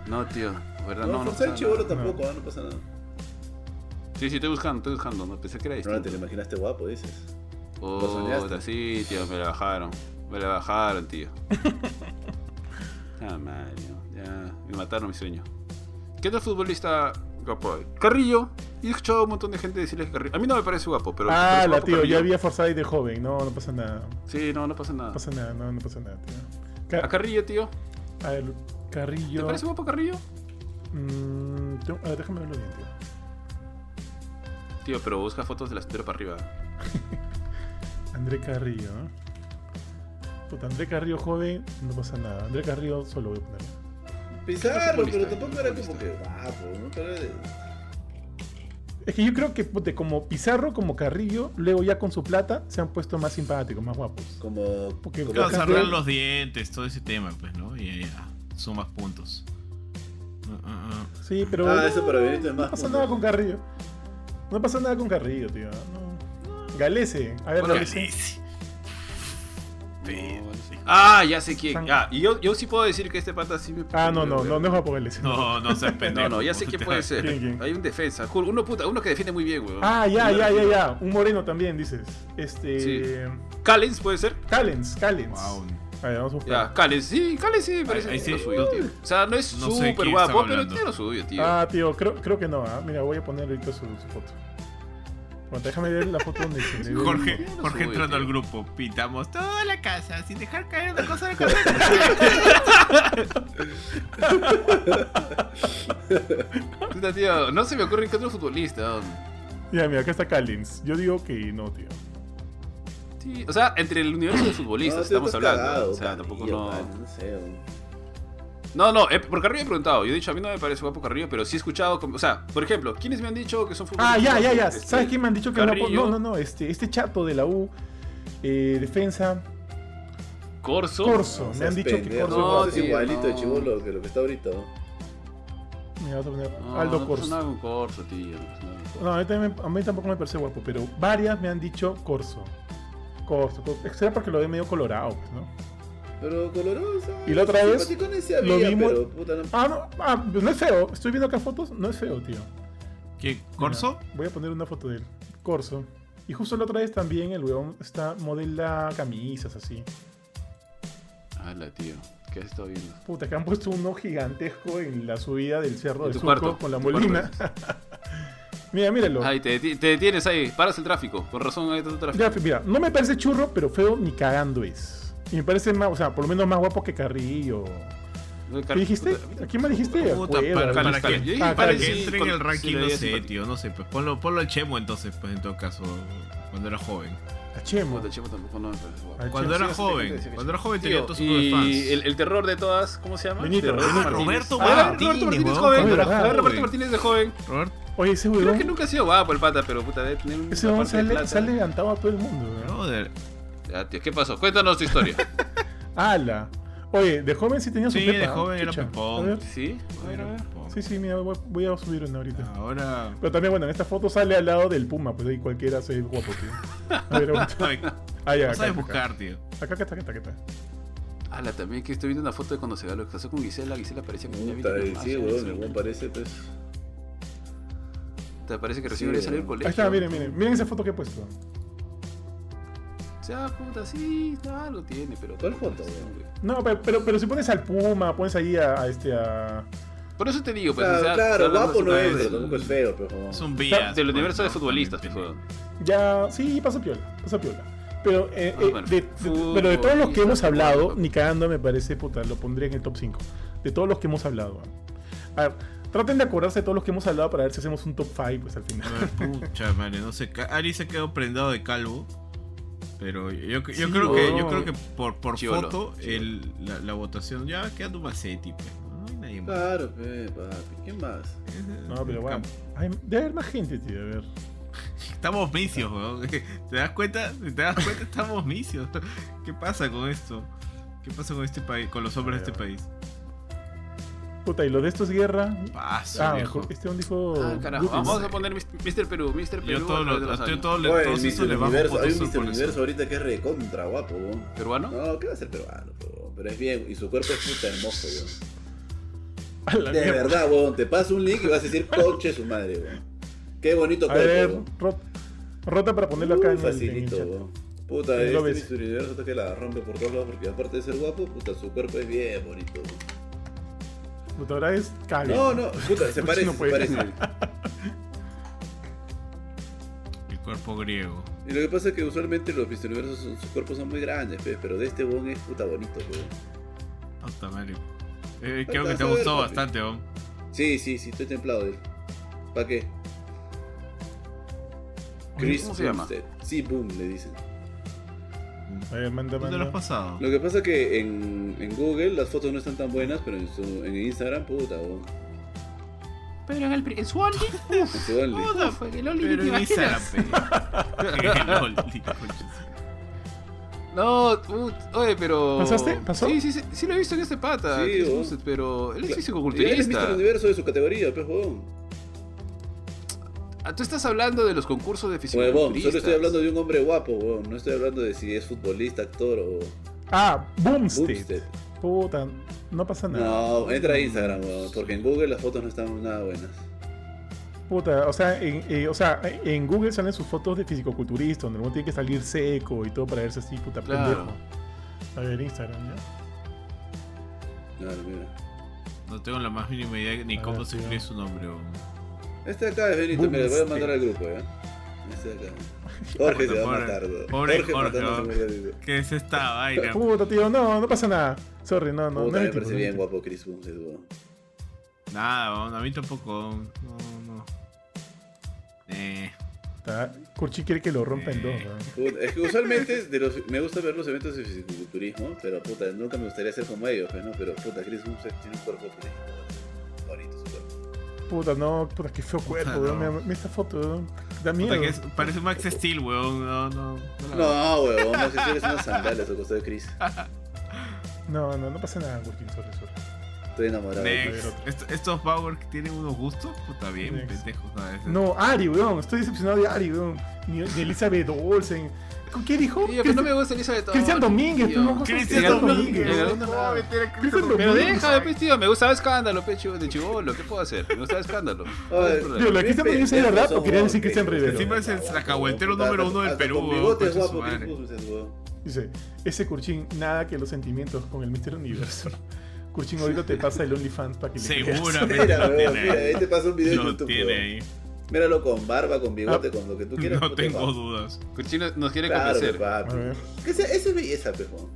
No, tío, ¿verdad? No, No, no. por ser no, chivolo no. tampoco, ah, no pasa nada. Sí, sí, estoy buscando, estoy buscando. No pensé que era No te distinto. lo imaginaste guapo, dices. lo Puta, soñaste. sí, tío, me la bajaron. Me la bajaron, tío. Ah, madre, ya. Me mataron mi sueño. ¿Qué tal futbolista guapo? hay? Carrillo. Y he escuchado a un montón de gente decirles que Carrillo. A mí no me parece guapo, pero. me Ah, parece la guapo tío, Carrillo. ya había Forsyth de joven. No, no pasa nada. Sí, no, no pasa nada. No pasa nada, no, no pasa nada, tío. A Ca- Carrillo, tío. a ver, ¿Te Carrillo. parece guapo Carrillo? mm, tengo- a ver, déjame verlo bien, tío. Tío, pero busca fotos de la cintura para arriba. André Carrillo, ¿no? Puta, André Carrillo joven, no pasa nada. André Carrillo solo voy a poner. Pizarro, pero futbolista, tampoco era como que futbolista. guapo, ¿no? Pero de- Es que yo creo que puta, como Pizarro, como Carrillo, luego ya con su plata se han puesto más simpáticos, más guapos. como. Porque como Claro, Claro, Acá Castro. arreglan arreglan los dientes, todo ese tema, pues, ¿no? Y ahí ya, sumas puntos. Ah, ah, ah. Sí, pero. Ah, no, eso para Benito es No más pasa punto. nada con Carrillo. No pasa nada con Carrillo, tío. No. Galese. A ver, Bueno, Galese. Galese. No, no sé. Ah, ya sé quién. San- Ah, y yo, yo sí puedo decir que este pata sí me. Ah, no, no, no, no es guapo Galese. No, no seas No, pendejo. no, ya sé quién puede ser. ¿Quién, quién? Hay un defensa. Juro, Uno, puta, uno que defiende muy bien, weón. Ah, ya, ya, ya, ya. Un moreno también, dices. Este. Sí. ¿Callens puede ser? Callens, Callens. Wow. A ver, vamos a buscar. Ya, Callens, sí, Callens sí, me parece ahí sí. lo suyo, tío. O sea, no es No sé de súper quién estaba guapo, pero hablando. tiene lo suyo, tío. Ah, tío, creo, creo que no. ah. Mira, voy a poner ahorita su, su foto. Bueno, déjame ver la foto donde se le ve. Jorge, Yo no Jorge soy, entrando tío. al grupo, pintamos toda la casa sin dejar caer una cosa de cosa. Puta, tío, no se me ocurre que otro futbolista. um. Ya, mira, acá está Callens. Yo digo que no, tío. Sí, o sea, entre el universo de futbolistas No, tío, estamos estás hablando. cagado, o sea, tampoco Carrillo, no. man, No sé, man. No, no, eh, por Carrillo he preguntado. Yo he dicho, a mí no me parece guapo Carrillo, pero sí he escuchado. como- O sea, por ejemplo, ¿quiénes me han dicho que son Ah, futbolistas? ya, ya, ya. Este, ¿Sabes quién me han dicho que era guapo? Carrillo. No, no, no. Este, este chato de la U, eh, defensa, Corso. Corso. O me sea, han es dicho que pendejo, Corso. No, no, es tío, igualito de no. chivolo que lo que está ahorita. Mira, vas a poner No, Aldo no pues, Corso. pasa nada con Corso, tío. no pasa nada con Corso. No, a mí, también- a mí tampoco me parece guapo, pero varias me han dicho Corso. Corso, Corso. Será porque lo ve medio colorado, pues, ¿no? Pero coloroso. ¿Y la otra vez? simpaticones sí Lo había, vimos- pero puta, no- Ah, no, ah, no es feo. Estoy viendo acá fotos. No es feo, tío. ¿Qué? ¿Corso? Mira, voy a poner una foto de él. Corso. Y justo la otra vez también el weón está modela camisas así. Ala, tío. ¿Qué has estado viendo? Puta, que han puesto uno gigantesco en la subida del cerro En del tu Surco cuarto, con la en tu molina. mira, míralo. Ay, te, deti- te detienes ahí, paras el tráfico. Con razón hay tanto tráfico. Ya, mira, no me parece churro, pero feo ni cagando es. Y me parece más, o sea, por lo menos más guapo que Carrillo. ¿Qué dijiste? ¿A quién me dijiste? Puta, Acuérdate. para, Cali, para, que, Cali. Yo dije Ah, para Cali. que sí, entre con- en el ranking, sí, le no veía sé, simpático. tío, no sé, pues ponlo, ponlo al Chemo entonces, pues en todo caso, cuando era joven. A Chemo. Puta, Chemo tampoco no me parece guapo. Al Cuando Chemo. era sí, sí, joven, sí, sí, sí. cuando era joven tenía Tío, todo su club de fans. y el, el terror de todas, ¿cómo se llama? Benito, Terror de Benito. Martínez. Roberto Ah, Martínez, Roberto Martínez huevón, joven. cuando era Ah, joven. Roberto Martínez de joven. Robert, Oye, ese Creo weón, que nunca ha sido guapo el pata, pero puta, debe tener un ese weón sale, sale levantado a todo el mundo. weón. brother. Ya, tío, ¿qué pasó? Cuéntanos tu historia. ¡Ala! Oye, de joven sí tenía su Sí, pepa, de ¿no? joven era Chucha. pepón. A ver. ¿Sí? A ver, a ver. Sí, sí, mira, voy, voy a subir una ahorita. Ah. Ahora. Pero también, bueno, en esta foto sale al lado del Puma, pues ahí cualquiera se ve guapo, tío. A ver, aguanta. Ay, Ah, ya, No acá, sabes acá, acá. buscar, tío. Acá, acá está, acá está, acá está. Ala, también que estoy viendo una foto de cuando se ve lo que pasó con Gisela. Gisela parecía que tenía Puta, 20 y años sí, más, weón, ¿sí? el weón parece, pues. Te parece que recién Sí, había salido del weón. colegio. Ahí está, miren, miren. Miren esa foto que he puesto. O sea, puta, sí, no, lo tiene, pero. ¿Cuál tampoco foto, es así, weón? güey. No, pero, pero, pero si pones al Puma, pones ahí a, a este a. Por eso te digo, pues. Claro, o sea, claro, hablando guapo no sobre es, el- pero tampoco es feo, Ah, pero. Es un o sea, vías. Del pues, universo de ¿no? futbolistas, pues, También, joder. Ya. Sí, pasa piola, pasa piola. Pero, eh, Ah, eh, bueno, de, de- fútbol, pero de todos los que hemos fútbol, hablado, fútbol. ni cagando me parece, puta, lo pondría en el top 5. De todos los que hemos hablado. ah. A ver, traten de acordarse de todos los que hemos hablado para ver si hacemos un top 5 pues al final. Ah, Pucha madre, no sé. ca- Ari se quedó prendado de calvo. Pero yo, yo Sí, creo que yo oh. creo que por, por Chivolo, foto chivolo. el- la, la votación ya queda Dumacetti, pues. No hay nadie más. Claro, pe, papi. ¿Qué más? No, pero bueno. Ay, debe haber más gente, tío. A ver. Estamos misios, weón. ¿Te das cuenta? Si te das cuenta, estamos misios. ¿Qué pasa con esto? ¿Qué pasa con este país? Con los hombres de este país. Puta, y lo de estos guerra. Pasa, Ah, viejo. este un dijo. Ah, carajo. Goodness. Vamos a poner Mr. Perú, Mr. Perú. Yo todo a través de lo, los a- yo años. todo le, Oye, todos el esos Mr. le bajo Universo, hay fotos un solo Mr. por eso. Universo ahorita que es recontra guapo, weón. ¿Peruano? No, ¿qué va a ser peruano, pe, weón? Pero es bien, y su cuerpo es puta hermoso, weón. A la De mierda. verdad, weón, te paso un link y vas a decir coche su madre, weón. Qué bonito A cuerpo, ver, weón. rot- rota para ponerlo acá en Uh, el- en el, facilito, chat. weón. Puta, Sí, lo este ves. Mr. Universo está que la rompe por todos lados porque aparte de ser guapo, puta, su cuerpo es bien bonito. weón. Puta, ahora es Kale. No, no, puta, se parece, Ah, No se puede. parece. El cuerpo griego. Y lo que pasa es que usualmente los Mr. Universo, son- sus cuerpos son muy grandes, pe, pero de este bon es puta bonito, pe. Puta madre. Eh, creo que Puta, te ha gustado papi. bastante, ¿no? Sí, sí, sí, estoy templado de él. ¿Para qué? Chris ¿Cómo se llama? Bumstead. Sí, boom, le dicen. A ver, manda, ¿Dónde lo manda. has pasado? Lo que pasa es que en, en Google las fotos no están tan buenas, pero en, su, en Instagram, puta, bon. Pero en, el, pri- en su Only, En su Only. Ah, uf, en el Only, Pero ¿te en Instagram, imaginas? pe. Lol, conchas. No, ut, oye, pero. ¿Pasaste? ¿Pasó? Sí, sí, sí, sí lo he visto en este pata. Sí, Chris oh. Buset, pero él es Y él es Mr. físico-culturista. Universo de su categoría, pe, huevón. Ah, Tú estás hablando de los concursos de Huevón, fisiculturistas. solo estoy hablando de un hombre guapo, huevón. No estoy hablando de si es futbolista, actor o Ah, Boomstead. boomstead. Puta, no pasa nada. No, entra a Instagram, huevón, porque en Google las fotos no están nada buenas. Puta, o sea, en, eh, o sea, en Google salen sus fotos de fisicoculturista, donde uno tiene que salir seco y todo para verse así, puta Claro. pendejo. A ver, Instagram, ¿ya? Claro, mira. No tengo la más mínima idea ni A cómo ver, se tío. escribe su nombre. weón. Este de acá es Benito, me lo voy a Boomstead. mandar al grupo, ¿eh? Este de acá. Jorge se va a Pobre- matar, huevón. pobre Jorge, matándose ¿no? muy rápido. ¿Qué es esta vaina? Puta, tío, no, no pasa nada. Sorry, no, no, no es Puta, me mi tipo, parece no es mi bien tipo. guapo Chris Bumstead, huevón. Nada, weón, a mí tampoco. weón. No, no. Eh, Está- Kurchi quiere que lo rompa en dos, Eh. ¿no? Puta, Es que usualmente de los- me gusta ver los eventos de fisiculturismo, pero puta, nunca me gustaría ser como ellos, pues, ¿no? Pero puta, Chris Bumstead tiene un cuerpo que es bonito su cuerpo. Puta, no, puta, qué feo cuerpo, Puta, weón. no. Mira- mira esta foto, weón. Da miedo. puta que es- parece un Max Steel, weón. No, no. la- No, huevón, no sé si eres unas sandalias al costado de Chris. No, no, no pasa nada, Kurchi, sorry, sorry. Estoy enamorado. de Next. Est- estos Power que tienen unos gustos, puta bien, Next. pendejos a veces. No, Ari, weón, estoy decepcionado de Ari, weón. Ni de Elizabeth Olsen. ¿Con qué dijo? Tío, pero no me gusta Elizabeth Olsen, Cristian Domínguez, tío. no, Cristian Cristian Domínguez. Domínguez. En algún lado. Cristian Pero Domínguez. déjame, pues, tío, me gustaba escándalo, pe, chivo- de chivolo, ¿qué puedo hacer? Me gustaba escándalo. ¿Cuál es el problema? Tío, la Cristian Domínguez es de verdad o quería decir Cristian Rivera. Encima es el sacahuetero número uno del Perú, Con weón, bigote es concha su guapo, Chris madre. Bumstead, weón. Dice, ese Kurchin, nada que los sentimientos con el Mister Universo. Kurchin, ahorita te pasa el OnlyFans para que le creas. Seguramente Mira, lo weón, tiene mira, ahí te ahí. pasa un video en Lo YouTube, tiene weón. ahí. Ah, Míralo con barba, con bigote, con lo que tú quieras. No puta, tengo papi. dudas. Cuchillo nos quiere Claro, convencer. A papi. ver. Que sea- Esa es belleza, pues, pe, weón.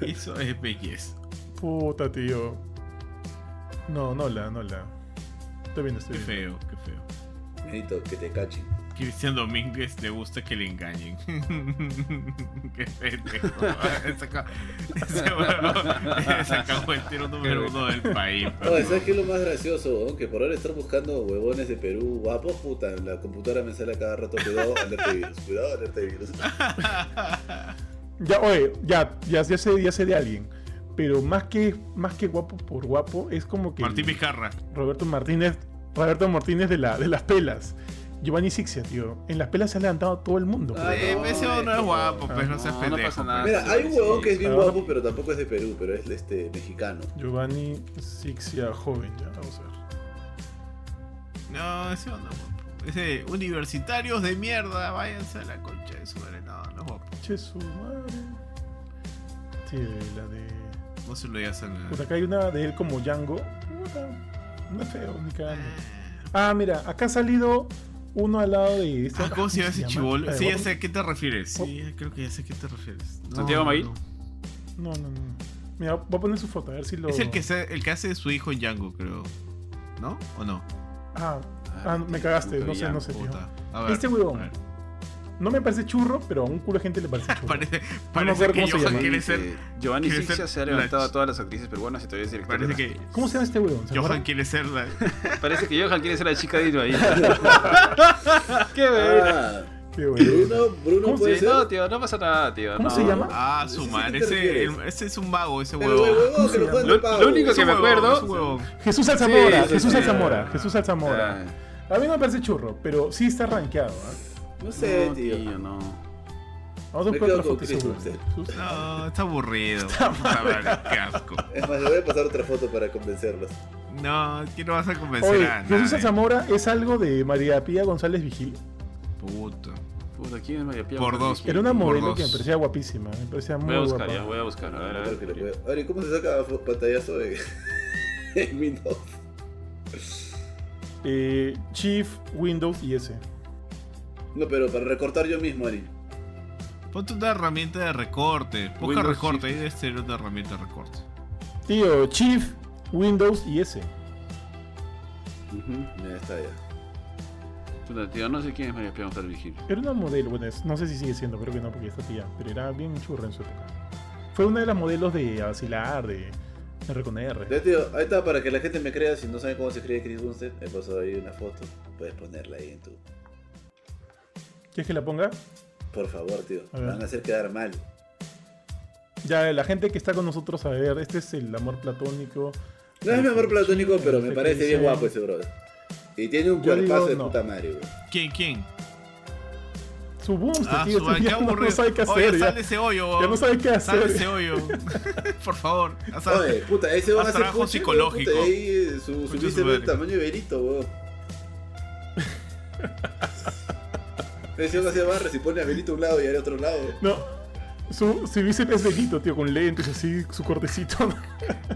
Eso es belleza. Puta, tío. No, no la, no la. Estoy viendo, Qué estoy viendo. feo, qué feo. Benito, que te cachen. Cristian Domínguez le gusta que le engañen. Qué pendejo. Saca- Ese huevón- sacahuetero número uno del país. No, weón. ¿sabes qué es lo más gracioso, weón? Que por ahora estar buscando huevones de Perú guapos, puta. en La computadora me sale a cada rato, cuidado, alerta de virus. Cuidado, alerta de virus. Ah, Ya, oye, ya, ya, ya sé, ya sé de alguien. Pero más que, más que guapo por guapo, es como que. Martín Vizcarra. Roberto Martínez, Roberto Martínez de, la, de las pelas. Giovanni Sixia, tío. En las pelas se ha levantado todo el mundo. pues. creo. Ay, Eh, no, ese es huevón no que- es guapo, pues Ah, no seas no, no pasa pendejo. nada. pues. Mira, hay un huevón que es bien Ah. guapo, pero tampoco es de Perú, pero es este mexicano. Giovanni Sixia, joven, ya, vamos a ver. pues. No, ese huevón no es guapo. Ese universitarios de mierda, váyanse a la concha de su madre. No, no es guapo. Che, su madre. Tío, y la de. No se lo digas a Por nadie. acá hay una de él como Django. Puta, No es feo, ni cagando. Eh, Ah, mira, acá ha salido uno al lado de. este- Ah, ¿Cómo se llama ese chivolo? Eh, Sí, ya otro- sé a qué te refieres. Sí, ya creo que ya sé a qué te refieres. No, ¿Santiago Maíz? no. No, no, no. Mira, voy a poner su foto, a ver si lo. Es el que, se- el que hace de su hijo en Django, creo. ¿No? ¿O no? Ah, ah, me cagaste, no sé, no sé, tío. Puta. A ver. Este a huevón. ver. No me parece churro, pero a un culo de gente le parece churro. Parece, me parece acuerdo que cómo se Johan llama. quiere Dice, ser. Giovanni quiere Sixia ser se ha la levantado ch- a todas las actrices peruanas y todavía es director. Parece de las que- actrices. ¿Cómo se llama este weón? Johan quiere ser la. Parece que Johan quiere ser la chica de ahí. Qué bueno. Ah, Qué weón. Bruno, Bruno ¿Cómo puede Sí, ser. no, tío, no pasa nada, tío. ¿Cómo no. se llama? Ah, su Sí, madre. ¿qué te Ese, refieres? el- ese es un vago, ese Pero huevón. huevón, que lo pueden Lo- tapar, lo único Ese que me huevón, acuerdo- ese huevón. Jesús Alzamora, Sí, sí, Jesús sí. Alzamora, Jesús Alzamora. Ah, A mí no me parece churro, pero sí está rankeado. ¿ah? No sé, no, tío. no. Vamos a buscar Me quedo otra con foto de ese Chris weón. Jesús- No, está aburrido. Puta madre, qué asco. Es más, le voy a pasar otra foto para convencerlos. No, que no vas a convencer Oye, a nadie. Jesús Alzamora es algo de María Pía González Vigil. Puta. Puta, Puta, ¿quién es María Pía? Por dos. Era una Por modelo dos. que me parecía guapísima. Me parecía muy Voy a buscar, guapa. ya, voy a buscar. A ver, a Creo que lo ver. puedo- Ahora, ¿y cómo se saca fo- pantallazo en, en Windows? Eh, Chief, Windows y S. No, pero para recortar yo mismo, Ari. Ponte una herramienta de recorte. Poca Windows recorte, ahí Shift. debe ser una herramienta de recorte. Tío, Chief, Windows y S. Ujú. Ya está, ya. Puta, tío, no sé quién es María Pía González Vigil. Era una modelo, bueno, es- no sé si sigue siendo, creo que no, porque esta tía, pero era bien churra en su época. Fue una de las modelos de vacilar, de, de reconocer. Ya, tío, ahí está, para que la gente me crea. Si no saben cómo se escribe Chris Gunsted, he pasado ahí una foto. Puedes ponerla ahí en tu. ¿Quieres que la ponga? Por favor, tío. A Me ver. van a hacer quedar mal. Ya, la gente que está con nosotros, a ver, este es el amor platónico. No es mi amor platónico, pero me Este parece que bien dice- guapo ese bro. Y tiene un Yo cuerpazo digo de no. puta madre, güey. ¿Quién? ¿Quién? Su booster, Ah, tío, su ya no, no sabe qué hacer. Oye, ya. sal de ese hoyo. Ya no sabe qué Sal de hacer. ese hoyo. Por favor. haz algo. Oye, puta, ese va a haz ser trabajo psicológico. Puta, ahí, eh, su, su Concha su bíceps madre. del tamaño de Berito, weón. Ese va a hacer barras y pone a Berito a un lado y a otro lado. No. Su, su bíceps es delito, tío, con lentes así, su cortecito.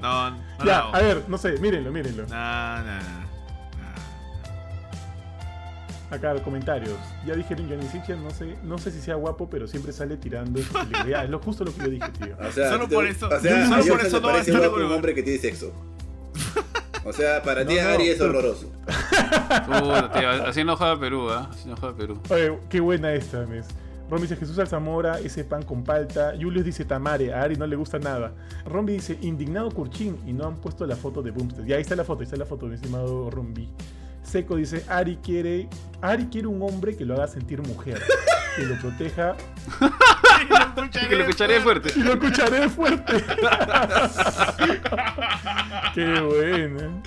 No, no. ya, no. a ver, no sé, mírenlo, mírenlo. No, no, no. Acá, comentarios. Ya dije el Johnny Sitchin, no sé, no sé si sea guapo, pero siempre sale tirando. su celebridad. Ah, es lo justo lo que yo dije, tío. O sea, Solo te- por eso- O sea, solo a Dios por no eso no le va a parece estar guapo un con- hombre que tiene sexo. O sea, para ti, No, no, Ari, es pero- horroroso. Puta, tío, así no juega Perú, ¿ah? Así no juega Perú. Oye, qué buena esta, mes. Rombi dice Jesús Alzamora, ese pan con palta. Julius dice Tamare, a Ari no le gusta nada. Rombi dice indignado Curchín y no han puesto la foto de Boomster. Y ahí está la foto, ahí está la foto, mi estimado Rombi. Seco dice Ari quiere, Ari quiere un hombre que lo haga sentir mujer, que lo proteja. Que lo escucharé fuerte. Y lo escucharé fuerte. qué bueno.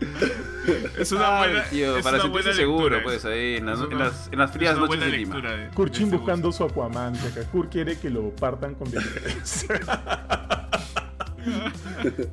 Es una Ay, buena. tío, es para una sentirse buena seguro, lectura pues, esa. ahí, en las, Es en una- las, en las Es frías una noches buena de Lima. lectura. eh, de- Kurchin de ese buscando su Aquaman. que acá Kur quiere que lo partan con violencia.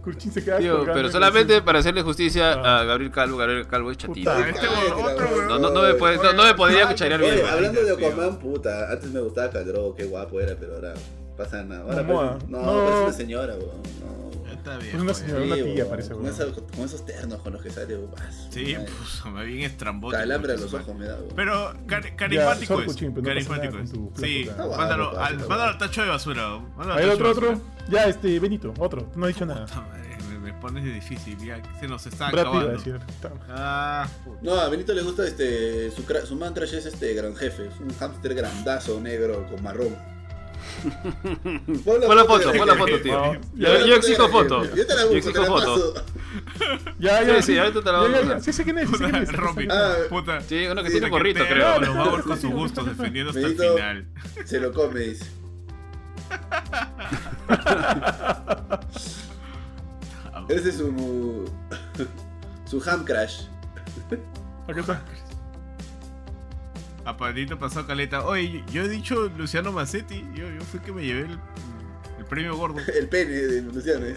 Kurchin se queda Tío, colgando pero en solamente el- para hacerle justicia Ah. a Gabriel Calvo, Gabriel Calvo es chatito. Puta, gusto. Este huevón, Ay, otro, la- No, no, no me, puedes- Pues, no, no me podría escuchar Oye, bien. hablando de tío. Aquaman, puta, antes me gustaba Caldro, qué guapo era, pero ahora pasa nada. Ahora Momoa. parece- no, No. parece una señora, weón. No, weón. Está bien. pues. Es una joder. señora. Pero una tía weón. parece, con, weón. esas- con esos ternos con los que sale, weón. Ah, su Sí, madre. pues, me bien estrambótico. Calambra pues, los man. ojos me da, weón. Pero cari- Ya, carismático sorry, es. Cuchín, pero no pasa nada carismático con es. tu Sí, flaco, claro. mándalo, Está al, bueno, mándalo está al tacho de basura. Mándalo A al ver, tacho otro, de otro. basura. Ya, este, Benito, otro. No ha dicho nada. Puta madre, me, me pones de difícil, ya se nos está Ah, Brad Pitt va a acabando. decir. Está- Ah, puta. No, a Benito le gusta este. Su, cra- su man crush es este gran jefe. Es un hámster grandazo, negro, con marrón. Pon la foto, pon la de- foto, tío. No, Yo, ya, yo exijo foto. Yo te la busco, exijo te la foto. paso. ya, ya. Sí, sí, ahorita te la vamos ya, a ya, pasar. ya. Sí, sé quién es. Sí, sé quién es, sí, sé Robin, quién es. Ah, puta. Sí, uno que Sí, tiene la gorrito, Te creo. amo, Los vamos con sus Sí, gustos sí, sí. defendiendo hasta el Benito. final. Se lo come, dice. Ese es su. su ham crash. Acá está. A Pablito pasó caleta. Oye, yo, yo he dicho Luciano Massetti. Yo, yo fui que me llevé el, el premio gordo. El pene de Luciano. ¿eh?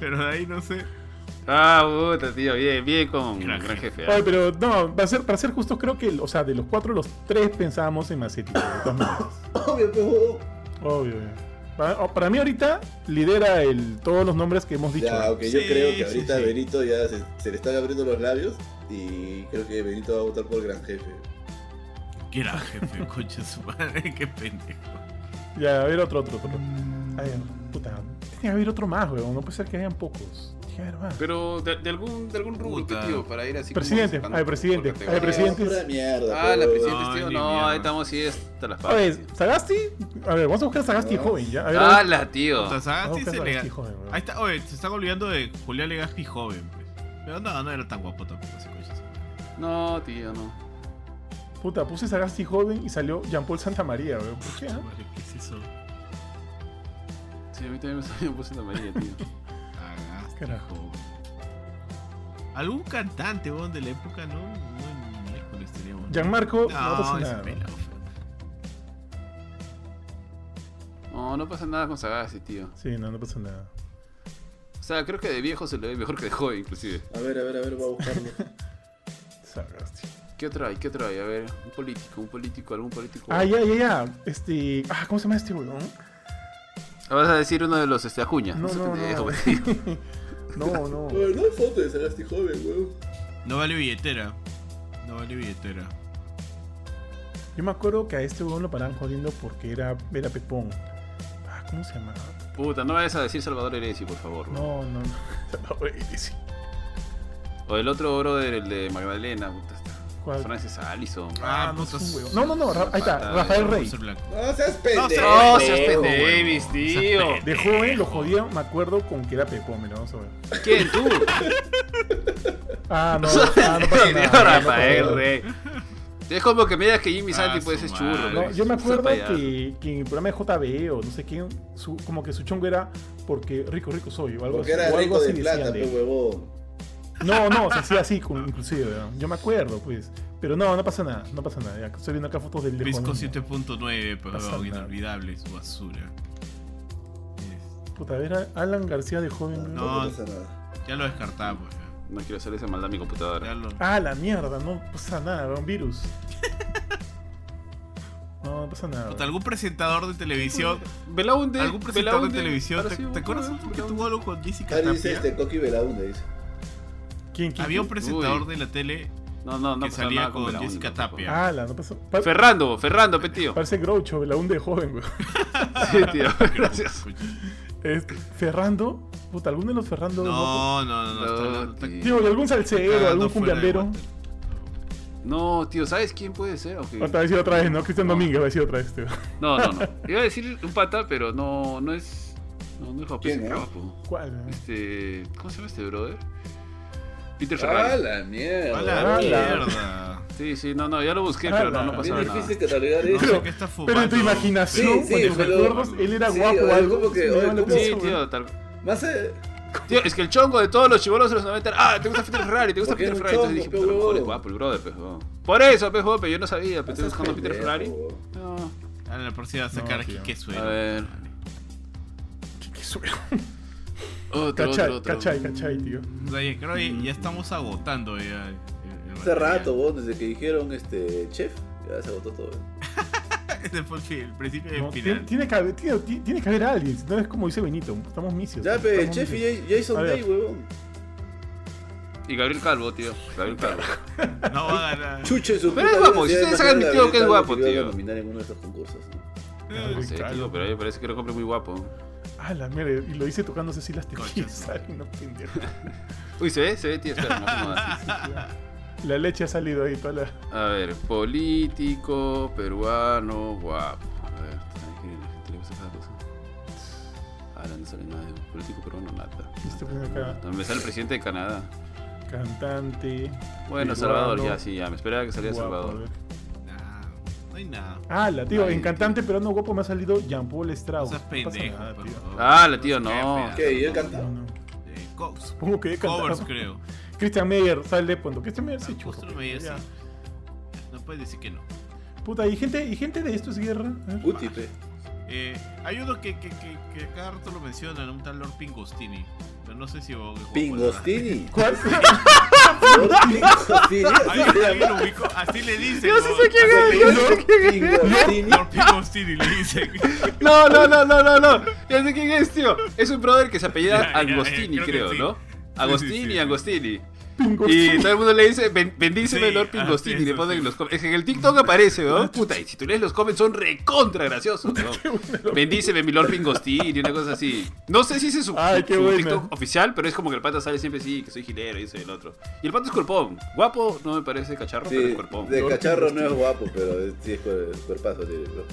Pero de ahí no sé. Ah, puta, tío, bien, bien con Gran gran jefe. jefe. Oye, ah. pero no, para ser, para ser justos, creo que, o sea, de los cuatro, los tres pensábamos en Macetti. De todas maneras. Obvio, pues. Obvio. Para, para mí ahorita lidera el, todos los nombres que hemos dicho. Ya, ok, yo Sí, creo que sí, ahorita sí. Benito ya se, se le están abriendo los labios y creo que Benito va a votar por el gran jefe. ¿Qué era, jefe? Concha de su madre, qué pendejo. Ya, a ver otro, otro, otro. Mm. A ver, puta. Tiene que haber otro más, weón. No puede ser que hayan pocos. Tiene que haber más. Pero de, de algún, de algún rubro, Puta. tío, para ir así. como Presidente, sacando ay, presidente, por ay, categoría. presidente. Ah, pura mierda, Ah, la pero- presidente, No, tío, ni no, mierda. ahí estamos así hasta las A patas. ver, tío. Sagasti. A ver, vamos a buscar a Sagasti No. joven, ya. A ver, vamos ¡Hala, tío! Puta, a Sagasti buscar a se Sagasti le. joven, weón. Ahí está, oye, se están olvidando de Julián Legaspi joven. pues. Pero no, no era tan guapo tampoco ese coche. No, tío, no. Puta, puse Sagasti joven y salió Jean-Paul Santamaría, weón. ¿Por qué? ah? Madre, ¿Qué es eso? Sí, a mí también me salió un poquito amarilla, tío. Sagasti Carajo. joven. Algún cantante, weón, de la época, ¿no? No, ni miércoles teníamos. Gianmarco, no, No, pasa ese nada. pelado, ¿no? feo. No, no pasa nada con Sagasti, tío. Sí, no, no pasa nada. O sea, creo que de viejo se le ve mejor que de joven, inclusive. A ver, a ver, a ver, voy a buscarlo. Sagasti. ¿Qué ¿Qué otra hay? ¿Qué otra hay? A ver, un político, un político, algún político. Ah, ya, ya, ya. Este. Ah, ¿cómo se llama este weón? Ah, Vas a decir uno de los este, Acuña. No, Ese no, pendejo, no. tío. No, no. Bueno, no hay foto de Sanasti joven, weón. No vale billetera. No vale billetera. Yo me acuerdo que a este weón lo paraban jodiendo porque era, era Pepón. Ah, ¿cómo se llamaba? Puta, no vayas a decir Salvador Eresi, por favor. weón. No, no, no. Salvador Elisi. O el otro oro del de Magdalena, puta está. ¿Cuál? Francis Allison. Ah, no, putas. es un weón. no, no, no, Ra- ahí está, Rafael Rey. Russell Blanco. No seas No, pendejo. No, No, seas seas Davis, tío. pendejo. De joven eh, lo jodía, me acuerdo con que era Pepón, mira, vamos a ver. ¿Quién tú? Ah, no, ah, no pasa Tío, nada, no pasa Rafael nada. Rey. Es como que me digas que Jimmy Ah, Santi puede su ser churro. madre. No, yo me Esa acuerdo payada. que, que en el programa de JB o no sé quién, su- como que su chongo era porque rico, rico soy o algo Porque así. era o algo rico de así plata, pues, decían de pe él. huevón. No, no, se hacía así, con- inclusive. ¿no? Yo me acuerdo, pues. Pero no, no pasa nada, no pasa nada. ya, estoy viendo acá fotos del de Visco Juan Luna. 7.9, Pasa pero nada. inolvidable, su basura. Es- Puta, a ver, a- Alan García de joven. No. pasa nada. Ya lo descartamos. ya. No quiero hacer esa maldad a mi Ya computadora. lo- Ah, la mierda, no pasa nada, era un virus. No, no pasa nada. Puta, Algún presentador de televisión. Belaunde. Algún presentador de Belaunde. televisión. Ahora ¿Te, sí, te acuerdas weón, un que Belaunde. tuvo algo con Jessica Ahí dice Tapia? este Coqui Belaunde, dice. ¿Quién, quién? Había un quién? presentador Uy. de la tele. No, no, no. que pasa salía nada con Belaunde, Jessica tampoco. Tapia. Ala, Ah, no pasó. pa- Ferrando, Ferrando, pe tío. parece Groucho, Belaún de joven, güey. Sí, tío. Gracias. Es Ferrando, puta, alguno de los Ferrando. locos? No, Ah, no, no, no. está hablando- está- Tío, y algún salsero, está algún cagando fuera de cumbiambero. water. No, tío, ¿sabes quién puede ser? Aunque- Otra vez y otra vez, ¿no? Cristian Domínguez va a decir otra vez, tío. No, no, no. Iba a decir un pata, pero no, no es. No, no es japonés, ¿Quién, es no? capo. ¿Cuál? eh? Este. ¿Cómo se llama este brother? Peter ¡A Ferrari. la mierda! A Ah, la la- mierda. Sí, sí, no, no, ya lo busqué, Ah, pero la- no, no Bien pasaba nada. difícil catalogar No eso. sé qué está fumando. Pero en tu imaginación, Sí, sí, con tus pero- recuerdos, él era Sí, guapo o o es algo. como que, sí, o es vale, como- Sí, eso, güey. tío, tal- Más eh, tío, es que el chongo de todos los chibolos de los 90 era, ah, te gusta Peter Ferrari, te gusta Porque Peter era un Ferrari. Entonces dije, chongo, pe puta, a lo mejor es huevón. guapo el brother, pues, huevón. Por eso, pues, huevón, pero yo no sabía, pero estoy más buscando a Peter pendejo, Ferrari. huevón. No, A Ah, la próxima va a sacar No, aquí eh. tío. Pues que a suena. ver. Qué- qué suero. Otro, otro, Cachai, otro. cachai, cachai, tío. Oye, creo que ya estamos agotando ya. el- el Hace material. rato, vos, desde que dijeron este chef, ya se agotó todo. Ese fue el, fi- el principio del No, tiene, final. tiene que haber, tiene, tiene- tiene que haber alguien, si no es como dice Benito, estamos misios. Ya, pe, estamos chef misios. y Ja- A Jason ver. Day, huevón. Y Gabriel Calvo, tío. Gabriel Calvo. No va a ganar. Chuche, su Pero puta es guapo, madre, si ya ustedes imagino han la admitido que es Gabriel Calvo guapo, que iba a tío. nominar en uno de estos concursos. ¿no? No sé, Calvo. tío, pero a mí me parece que lo compre muy guapo. Ah, la mierda, y lo hice tocándose así las tetillas. Conchazo. ay, no, pendejo. Uy, se ve, se ve, tío. Espera, no, no, así. La leche ha salido ahí toda la... A ver, político, peruano, guapo. A ver, ¿sabes qué? La gente le gusta esa cosa. Ahora no sale nada de un político peruano, nada. Este pone acá, No, Me sale el presidente de Canadá. cantante. peruano, Bueno, Salvador, ya, sí, ya. Me esperaba que saliera guapo, a Salvador. ver. Nah, no hay nada. Ah, la tío, Ay, en cantante peruano guapo me ha salido Jean Paul No Strauss. seas No pendejo, pasa nada, por tío. favor. Ah, la tío, no. Jefe, ¿Qué? ¿Y él No, canta? no. eh, Cox. Supongo que Covers, cantaba. creo. Christian Meyer sale cuando Christian Meyer sí Ah, churro. justo pero me dice. ya. No puedes decir que no. Puta, y gente, y gente de esto es guerra. A ver. Guti, pe. Eh, hay uno que, que, que, que cada rato lo mencionan, un tal Lord Pingostini. Pero no sé si vos. vos- Pingostini. ¿Cuál? Lord Pingostini. Ahí alguien lo ubicó, así le dicen. Yo sí ¿no? sé quién Así le dicen, Lord Pingostini. Lord Pingostini le dicen. No, no, no, no, no, no. Ya sé quién es, tío. Es un brother que se apellida Ya, ya, Agostini, ya, eh, creo, creo que sí. ¿no? Sí, sí, Agostini, sí. Agostini. Pingo. Y todo el mundo le dice, "Ben- bendíceme Sí, Lord así Pingostini. es, y le así ponen es. los comments. Es que en el TikTok aparece, ¿no? Puta, y si tú lees los comments son recontra graciosos, ¿no? Bendíceme mi Lord Pingostini, una cosa así. No sé si ese es su, Ay, qué su buena. TikTok oficial, pero es como que el pata sale siempre así, que soy gilero y soy el otro. Y el pata es cuerpón. Guapo, no me parece cacharro, pero es Sí, cuerpón. de Lord cacharro no es guapo, pero sí es cuer- cuerpazo, tío. bro.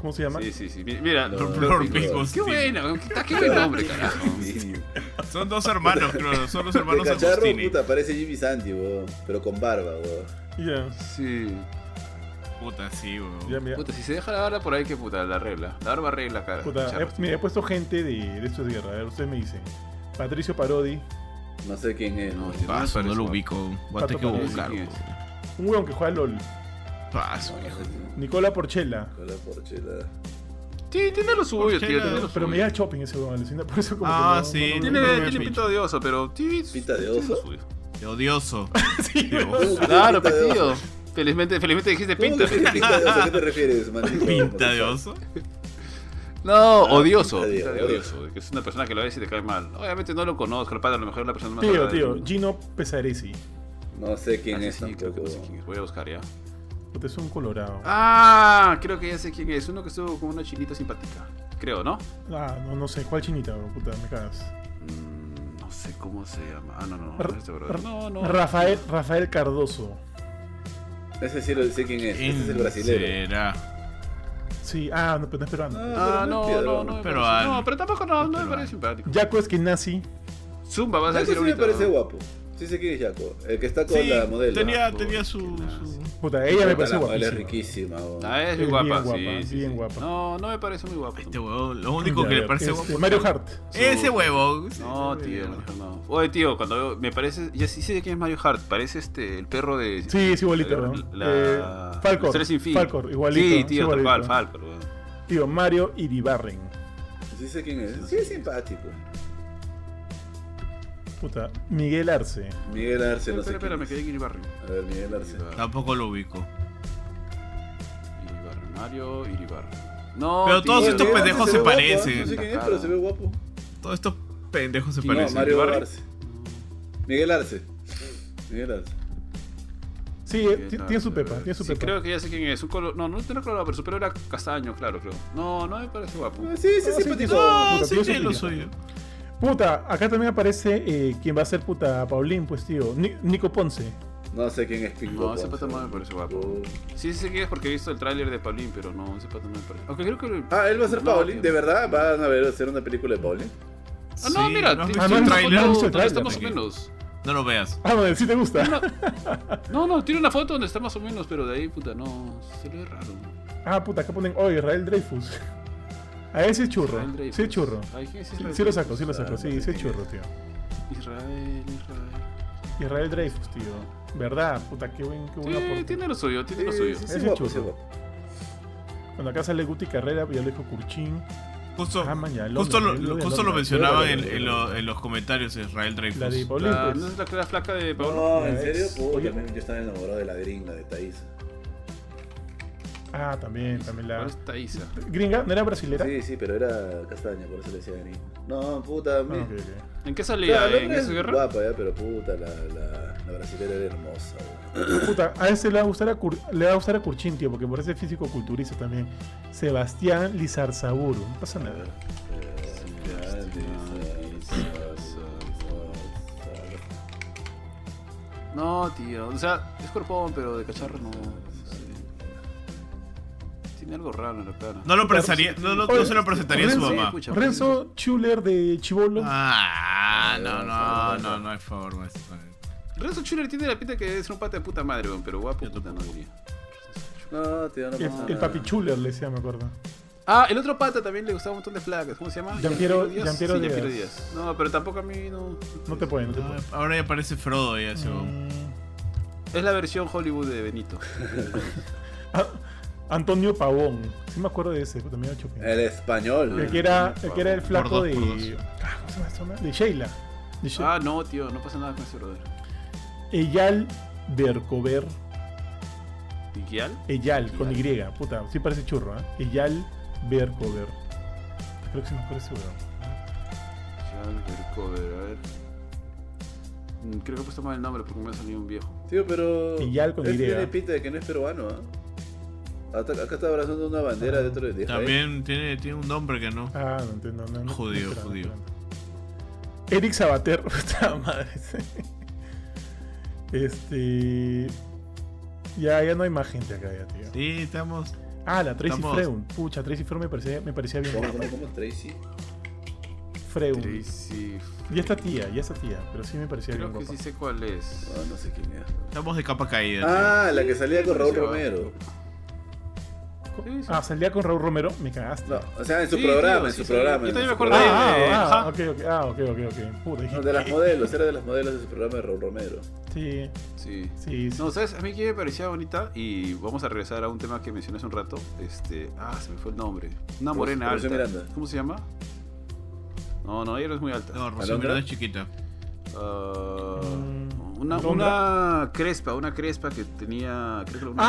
¿Cómo se llama? Sí, sí, sí. Mi- Mira, No, Lord Lord Pingostini. Pingostini. Qué bueno, qué, qué buen nombre, carajo. Sí. Son dos hermanos, creo. Son los De hermanos cacharro, Agostini. puta, parece Jimmy Santi, weón. Pero con barba, weón. Ya, Sí. Puta, sí, weón. ya, mira. Puta, si se deja la barba por ahí, que puta, la regla. La barba regla, cara. Puta, Cacharro. he, mira, he puesto gente de, de esto es guerra. A ver, ustedes me dicen. Patricio Parodi, No sé quién es, No, ¿no? tío, Paso, me parece no lo guapo. ubico. Voy a tener que Pato buscar, Pingostini. weón. un weón que juega LOL. Paso, No, viejo. no sé quién. Nicola Porchela. Con la porchela. Sí, tiene lo suyo, Porchela, tío. Tiene lo Pero suyo. me da shopping ese weón, alucina, por eso como que Ah, no- sí. no- no- Tiene, no- me tiene pinta. pinta de oso, pero. sí, ¿Pinta de tiene lo oso? suyo. De odioso. Sí, Tío. weón. Claro, pero tío. Felizmente, felizmente dijiste ¿Cómo pinta. que pinta de oso? ¿A qué te refieres, maldito? Pinta de oso. No, Ah, odioso. pinta de pinta de odioso. odioso, que Es una persona que lo ves y te cae mal. Obviamente no lo conozco, el padre a lo mejor es la persona más Tío, agradable del tío, mundo. Gino Pesaresi. No sé quién Ah, sí, es sí, creo que tampoco. no sé quién es. Voy a buscar ya. Puta, Es un colorado. Ah, Ah, creo que ya sé quién es. Uno que estuvo con una chinita simpática. Creo, ¿no? Ah, no, no sé, ¿cuál chinita, bro? Puta, me cagas. Mm, no sé cómo se llama. Ah, no, no. R- no, este brother. R- No, no. Rafael, Rafael Cardoso. Ese sí lo sé quién es. Ese es el brasileño. Será. Sí, ah, no, pero no es peruano. Ah, no, no, no, no. me Pero parece- al- No, pero tampoco no, no me pero parece al- simpático. Jaco Eskenazi. Zumba, vas a Jaco decir sí me ahorita. parece ¿no? guapo. Sí sé quién es Jaco. El que está con Sí, la modelo. tenía, ¿no? tenía su, Porque nada, su- Puta, ella me Puta, parece la modelo es guapísima. riquísima. weón. Ah, es Es bien guapa. bien sí, guapa, sí, bien sí. guapa. No, no me parece muy guapo. Este huevón, lo único Ya, que ya, le parece este, guapo. Mario Hart. Ese huevón. No, ese tío, huevón. mejor no. Oye, tío, cuando veo, me parece, ya sí sé de quién es Mario Hart, parece este, el perro de... Sí, es igualito, la- ¿no? la- Eh, Falcor, Historia sin fin. Falcor, igualito, Sí, sí, tío, tal cual, igualito. Falcor, weón. Tío, Mario Iribarren. Sí sé quién es. Sí es simpático. Puta, Miguel Arce. Miguel Arce, no Espera, sé espera, me quedé quién es. en Iribarren. A ver, Miguel Arce. Tampoco lo ubico. Iribarren, Mario Iribarren. No, Pero todos tío, estos Miguel Arce pendejos ve se guapo, parecen. No sé quién es, pero se ve guapo. Todos estos pendejos se No, No, parecen. Mario Barrio. Arce. Miguel Arce. Miguel Arce. Sí, eh, ti- tiene su pepa, tiene su sí, pepa. creo que ya sé quién es. Un colo... No, no tengo colorado, pero su pelo era castaño, claro, creo. No, no me parece guapo. Ah, Sí, sí, Ah, sí, simpático. tiene- Ah, Puta, sí tío, que sí, lo tío. soy. Puta, acá también aparece eh, quien va a ser puta Paulín, pues tío. Ni- Nico Ponce. No sé quién es Pingo. No, ese pata no me parece guapo. Sí, sí sé quién es porque he visto el tráiler de Paulín, pero no, ese pata no me parece. Aunque creo que... Ah, él va a ser No, Paulin, tío. de verdad, van a ver hacer una película de Paulin. Ah, no, Sí, mira, ¿no te- has visto no, el no, tráiler? no, Está- no, está- está no, más o no, menos. No lo veas. Ah, bueno, sí te gusta. No, no, tiene una foto donde está más o menos, pero de ahí, puta, no. Se le ve raro. Ah, puta, acá ponen, oh, Israel Dreyfus. A ese churro. Israel Dreyfus. Sí, churro. Ay, ¿quién es Sí, Israel sí lo Dreyfus? saco, sí lo saco. Ah, Sí, no sí sé es quién churro, tío. Israel, Israel. Israel Dreyfus, tío. ¿Verdad? Puta, qué buen, qué buen aporte. Sí, tiene lo suyo, tiene lo sí, suyo. sí, Ese sí, guapo, churro. sí, guapo. Bueno, acá sale Guti Carrera, Villalejo Curchín. Justo, Ah, mañana, el justo, hombre, lo, el hombre, justo el lo hombre. mencionaban El en, hombre, en el lo- hombre. en los comentarios Israel Dreyfus. La de Paulín, La- Ah, ¿No pues. es la, la flaca de Pablo? No, Ya en serio, ves. puta, Oye. man, yo estaba enamorado de la gringa de Thaís. Ah, también, también la. ¿Cuál es Thaisa? Gringa, ¿no era brasilera? Sí, sí, pero era castaña, por eso le decía gringa. No, puta, Ah, mi. ok, ok. ¿En qué O salía? sea, la ¿En otra esa es guerra? guapa, ya, pero puta, la, la, la brasilera era hermosa, weón. Puta, a ese le va a gustar a, Cur- le va a, gustar a Curchín, tío, porque parece físico culturista también. Sebastián Lizarzaburu, no pasa nada. No, tío. O sea, es cuerpón, pero de cacharro no. Tiene algo raro en la cara. No lo prestaría, no, lo- no se lo presentaría a su Renzo, mamá. escucha, Renzo Schuller de Chibolo. Ah, no, no, no, no hay forma. eso también. Renzo Schuller tiene la pinta que es un pata de puta madre, weón, pero guapo Yo puta no diría. No, tío, no el, pasa el nada. papi Schuller le decía, me acuerdo. Ah, el otro pata también le gustaba un montón de flacas. ¿Cómo se llama? Giampiero- Giampiero Sí, Díaz. Giampiero Díaz. No, pero tampoco a mí no. No te pueden, no Mm. te No, pueden. Ah, ahora ya parece Frodo ya, ese huevón. Es la versión Hollywood de Benito. Ah, Antonio Pavón, sí me acuerdo de ese, también era chupín. El español. El que era, el que era el flaco Por dos, de. por dos. Ah, ¿Cómo se llama esta onda? De Sheila. De She- Ah, no, tío, no pasa nada con ese brother. Eyal Bercover. ¿Y Gial? Eyal, con Y, puta, sí parece churro, ¿eh? Eyal Bercover. Creo que sí me acuerdo ese weón. Gial Vercover, a ver. Mm, Creo que he puesto mal el nombre porque me ha salido un viejo. Tío, pero. Y ya con él idea. tiene pinta de que no es peruano, ¿ah? Acá, acá está abrazando una bandera de otro de También tiene, tiene un nombre que no. Ah, no entiendo, no, no. Judío, no, espera, no, judío. espera, no. Eric Sabater, puta madre. Este. Ya, ya no hay más gente acá, ya, tío. Sí, estamos. Ah, la Tracy Estamos- Freun. Pucha, Tracy Freun me parecía, me parecía bien. ¿Cómo, guapa. cómo, cómo? Tracy. Freun. Tracy. Ya está tía, ya está tía, pero sí me parecía Creo bien que guapa. sí sé cuál es. Ah, No, no sé quién es. Estamos de capa caída. Ah, la que salía con Raúl Sí, va. Romero. Sí, sí. Ah, salía con Raúl Romero, me cagaste. No, o sea, en su Sí, programa, tío, en sí, su sí. programa. Yo en también su me acuerdo programa. Ah, de- ah, ajá. ok, ok, ah, ok, ok, ok. Puta, dije, No, de las ¿qué? modelos, era de las modelos de su programa de Raúl Romero. Sí, Sí. sí, sí. No, ¿sabes? A mí que me parecía bonita y vamos a regresar a un tema que mencioné hace un rato. Este, ah, se me fue el nombre. Una Rocío- morena Rocío alta. Miranda. ¿Cómo se llama? No, no, ella no es muy alta. No, Rocío ¿Alondra? Miranda es chiquita. Ah, Mm. Una, una crespa, una crespa que tenía. Creo que era una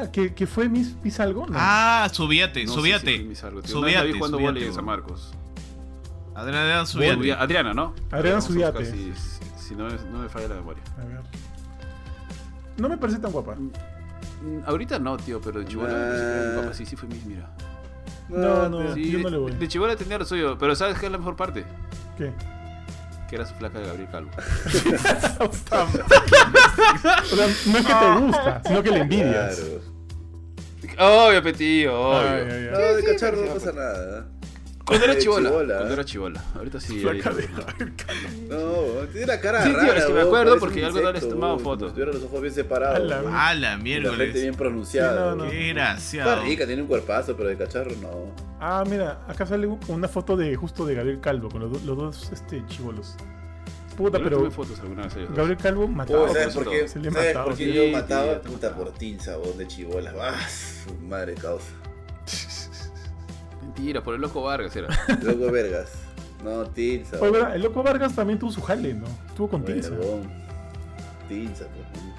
Ah, que, que fue Miss, Miss algo. No. Ah, subiate, crespa. No sé si subiate. fue Miss algo, tío. Una vez la Subiate, vi jugando subiate, vóley en bro. San Marcos. Adriana, Adri- subiate. Adriana, ¿no? Adriana, Vamos a buscar Subiate. Si, si- si no, no me falla la memoria. A ver. No me parece tan guapa. Mm, Ahorita no, tío, pero de Chibola. Nah. Sí, sí, fue Miss, mira. No, no, Sí, yo no de- le voy. De Chibola tenía lo suyo, pero ¿sabes qué es la mejor parte? ¿Qué? Que era su flaca de Gabriel Calvo. O sea, no es que te gusta, sino que le envidias. Claro. Obvio, petío, obvio. Ay, ay, No, ay. de sí, cacharro sí, no pues. pasa nada. Cuando era Eh, chibola. chibola. Cuando era chibola. Ahorita sí. Flaca ahorita de no. No, tiene la cara Sí, tío, rara. es que me weón, acuerdo parece porque un algo no les insecto, tomaba weón, fotos. como si Tuviera los ojos bien A separados. la weón, A la y La frente miércoles. bien pronunciada. Sí, no, no. weón. Qué Está desgraciado. rica, tiene un cuerpazo, pero de cacharro no. Ah, mira, acá sale un- una foto de justo de Gabriel Calvo con los, do- los dos este, chivolos. Puta, Yo le tomé pero fotos alguna vez eh. a ellos dos. Gabriel Calvo matado. Oh, ¿sabes por por qué? eso todo. ¿Sabes Se le por qué mataba, sí, yo mataba? sí, te Puta, mataba. por tinza, weón, de chibola. Ah, su madre causa. Mentira, por el loco Vargas era. Loco vergas. No, tinza. Oye, weón. ¿verdad? el loco Vargas también tuvo su jale, ¿no? Estuvo con Tinza. Huevón. Tinza, pues, un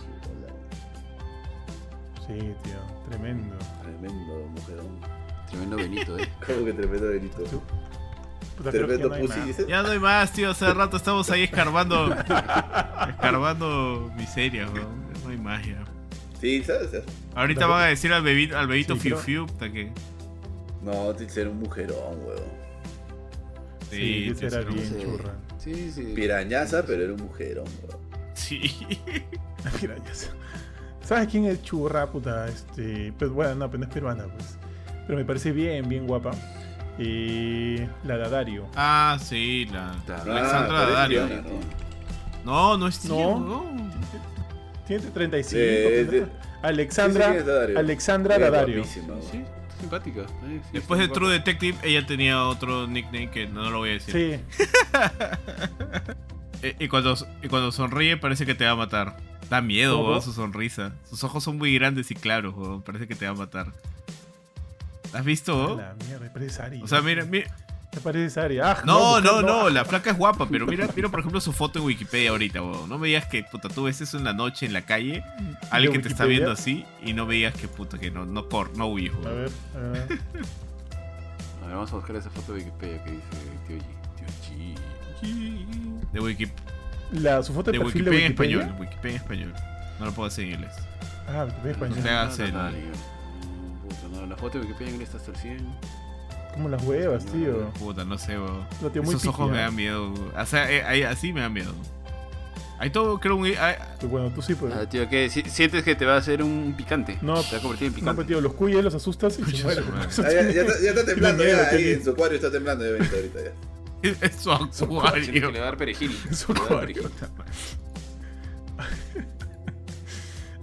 chibola. Sí, tío, tremendo. Tremendo mujerón. Tremendo Benito, eh. Como que tremendo delito. Puta, creo que ya Tremendo no hay pussy, nada. dice. Ya no hay más, tío. Hace rato estamos ahí escarbando. escarbando miseria, weón. No hay más ya. Tinza, o sea. Ahorita van a decir al bebito, al bebito Sí, Fiu creo- Fiu. puta que- No, tinza era un mujerón, weón. Sí, ese te era hicieron- bien sí. churra. Sí, sí. Pirañaza, pero era un mujerón, weón. Sí. Pirañas. ¿Sabes quién es churra, puta? Este, pues bueno, no, pero no es peruana, pues. Pero me parece bien, bien guapa. Eh, la Dadario. Ah, sí, la. Puta, Alexandra pero es Daddario. lesbiana, ¿no? No, no es tío, No. no. Tiene 35. Eh, tendrá- de- pues, Alexandra. Sí, sí, es Daddario. Alexandra Era Dadario. guapísima, Sí, weón. sí, está simpática. eh, sí, Después de está True Detective, ella tenía otro nickname que no lo voy a decir. Sí. Eh, Y, cuando, y cuando sonríe, parece que te va a matar. Da miedo, ¿Cómo? weón, su sonrisa. Sus ojos son muy grandes y claros, weón. Parece que te va a matar. ¿La has visto, A weón? La mierda, me parece Sari. O sea, mira, mira. Me parece Sari. Ah, No, mujer, no, no, la flaca es guapa, pero mira, mira por ejemplo su foto en Wikipedia ahorita, weón. No me digas que, puta, tú ves eso en la noche, en la calle, alguien que te está Wikipedia. viendo así, y no me digas que, puta, que no, no cor, no huyes, A weón. ver, a ver. guapa. A ver, vamos a buscar esa foto de Wikipedia que dice Tío G. Tío G. De, Wiki- La, su foto de, de perfil Wikipedia en de Wikipedia. español, Wikipedia en español. No lo puedo decir en inglés. Ah, Wikipedia en español. Te hagas el- Dadario. Mm, puta, no, La foto de Wikipedia en inglés está hasta el 100. Como las huevas, tío. Puta, no sé, weón. Lo tiene muy Esos ojos piqueado. me dan miedo. weón. O sea, eh, ahí- así me dan miedo. Hay todo, creo, un... hay- Bueno, tú sí, pues. Ah, tío, ¿qué? Si- ¿Sientes que te va a hacer un picante? No. Te va a convertir en No, picante. pues, tío, los cuyes los asustas y se Concha mueren. su madre. Eso Ah, ya, tiene- ya está, ya está temblando, miedo, ya, qué ahí miedo. en su acuario está temblando de evento ahorita ya. es, es su Sientes Ah, que le acuario. va a dar perejil. Su Le va a dar perejil.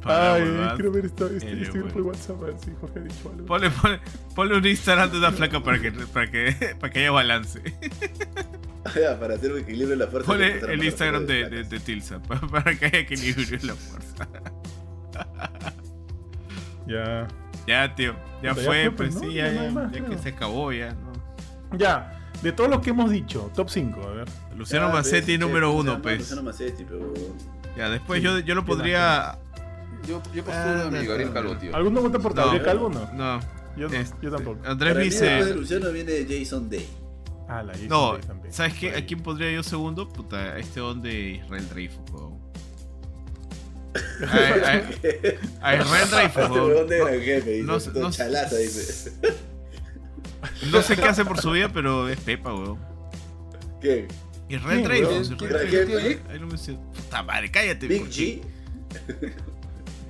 Para, Ay, Eh, huevas. quiero ver esto, este, Eres este grupo de huevón. WhatsApp, a ver si Jorge ha dicho algo. Ponle, ponle, ponle un Instagram de una flaca para que, para que, para que haya balance. Ya, para hacer un equilibrio en la fuerza. Ponle encontraron el una Instagram foto de, placa. de, de Tilsa pa- para que haya equilibrio en la fuerza. Ya. Ya, tío. Ya Puta, ya fue, fue, pues pues, ¿no? sí, Ya ya, no hay ya, más, ya que claro. se acabó, ya. ¿no? Ya, de todo lo que hemos dicho, top 5, a ver. Luciano Ya, pues, Massetti che, número ¿cómo se uno, llama? pues. Luciano Macetti, pero. Ya, después Sí, yo, yo lo qué podría. Yo, yo Ah, posturo a mi no, Gabriel no, Calvo, no. tío. ¿Alguno vota por No. Gabriel Calvo o no? No. Yo, no, este, yo tampoco. Andrés Para mí, después de dice. Luciano viene Jason Day. Ah, la Jason No, Day también. ¿sabes qué? Ahí. ¿A quién podría yo segundo? Puta, a este don de Israel Dreyfus, weón. A, a- a Israel Dreyfus, Este huevón de weón. granjero, dice. no sé- todo no sé- chalaza, dice. No sé qué hace por su vida, pero es Pepa, weón. ¿Qué? Israel Sí, Dreyfus, weón. Israel ¿Qué, Dreyfus. qué, Ahí lo mencioné. Puta madre, cállate. Big por- G.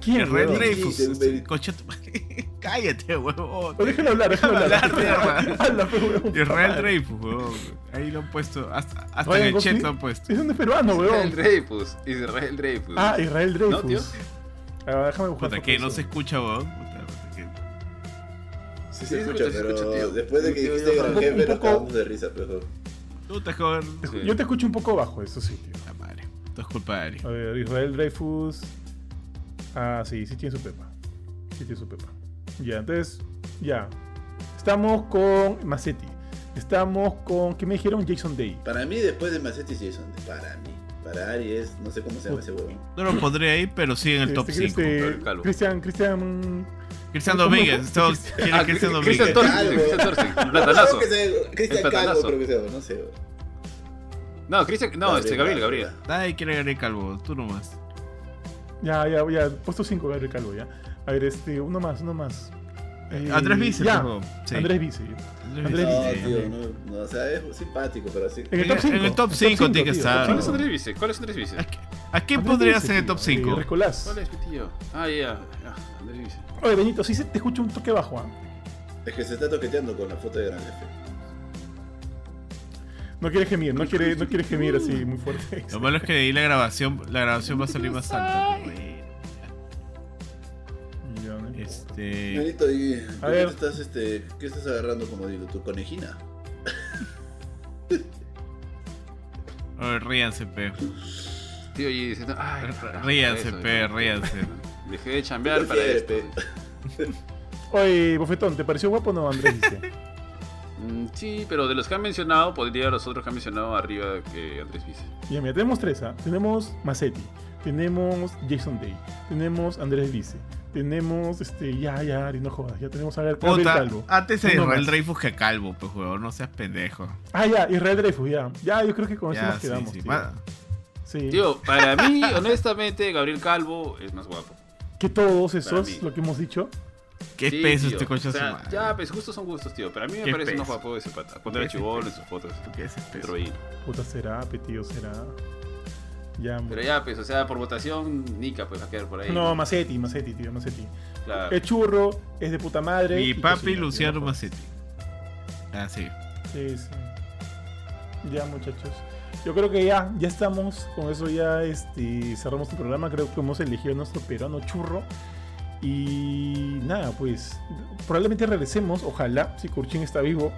¿Quién, Israel weón? Drake. Dreyfus. Big G, este, del- Concha tu madre. Cállate, weón. Oh, déjalo hablar, déjalo hablar. Déjame hablar, mierda. Habla, pues, weón. Israel Dreyfus, weón. Ahí lo han puesto. Hasta, hasta en Ryan el pues. chat Gosling. lo han puesto. Es un peruano, Israel weón. Dreyfus. Israel Dreyfus. Ah, Israel No, tío. Dreyfus. Ah, déjame buscar. Puta, foto que de no eso. se escucha, weón. Puta, puta, que- Sí, Sí, se escucha, escucha, se pero escucha, tío. después de que Tío, dijiste yo gran tampoco- jefe, un nos poco- cagamos de risa, pero. Puta, joder. Sí. Yo te escucho un poco bajo, eso sí, tío. Puta madre. Esto es culpa de Ari. A ver, Israel Dreyfus. Ah, sí, sí tiene su pepa. Sí tiene su pepa. Ya, entonces, ya. Estamos con Macetti. Estamos con. ¿Qué me dijeron? Jason Day. Para mí, después de Macetti, es Jason Day. Para mí. Para Aries, no sé cómo se llama ese huevón. No lo pondré ahí, pero sí en el top 5. pero el calvo. Este, Cristian, Cristian. Cristian ¿Cómo Domínguez. fue? todos quieren Ah, Cristian Cri- Domínguez. Cristian Torres, Calvo. Cristian Torres, un platanazo. Creo que sea- Cristian El Calvo, platanazo. creo que se llama, no sé. huevón. No, Cristian, no, este Gabriel, Gabriel. Nadie quiere ganar calvo, tú nomás. Ya, ya, ya. Puesto 5, Gabriel Calvo, ya. A ver, este, uno más, uno más. Eh, Andrés Vice, ya. por favor. Sí. Andrés Vice. Andrés Andrés Vice, No, sí. tío, no, no, o sea, es simpático, pero así. En el top En 5. el top cinco tiene que estar. ¿Cuál es Andrés Vice? ¿Cuál es Andrés Vice? ¿A qué- ¿A quién podría ser el top 5? Nicolás. ¿Cuál es mi tío? Ah, ya, ya, Andrés Vice. Oye, Benito, sí se te escucha un toque bajo. ¿ah? Es que se está toqueteando con la foto de Gran F. No quiere gemir, no quiere, no quiere gemir Uh. así muy fuerte. Lo malo es que de ahí la grabación, la grabación va a salir más alta. pero bueno. Ya, ¿no? Este. Marito, ¿y por qué ver. te estás, este, qué estás agarrando como digo, tu conejina? a ver, ríanse, pe. Tío allí diciendo, ay, carajo, Ríanse, eso, pe, eso. ríanse. Dejé de chambear para Ríe, esto. pe. Oye, Bofetón, ¿te pareció guapo o no, Andrés Vice? Mm, sí, pero de los que han mencionado, podría los otros que han mencionado arriba que Andrés Vice. Ya, mira, tenemos tres, ¿ah? Tenemos Macetti, tenemos Jason Day, tenemos Andrés Vice, tenemos este, ya, ya, Ari, no jodas, ya tenemos a ver Gabriel Puta, Calvo. antes de Uno Israel más. Dreyfus que a Calvo, pues, juego, no seas pendejo. Ah, ya, Israel Dreyfus, ya. Ya, yo creo que con eso Ya, nos sí, quedamos. sí. tío. Va- Sí. Tío, para mí, honestamente, Gabriel Calvo es más guapo. Que todos Para mí. esos, lo que hemos dicho. Qué Sí, peso tío. este coche O a su sea, madre. Ya, pues gustos son gustos, tío. Pero a mí me Qué parece más peso. guapo ese pata. Cuando era Qué chivolo en sus fotos. ¿Qué es este peso? Trollino. Puta, será, pe, tío, será. Ya, Pero ya, pues, o sea, por votación, Nica, pues va a quedar por ahí. No, Macetti, Macetti, tío, Macetti. claro. Es churro, es de puta madre. Ah. Mi y papi cocina, tío, Luciano no jodas. Macetti. Ah, sí. Sí, sí. Ya, muchachos. Yo creo que ya, ya estamos. Con eso ya este, cerramos el programa. Creo que hemos elegido a nuestro peruano churro. Y nada, pues probablemente regresemos, ojalá, si Kurchin está vivo,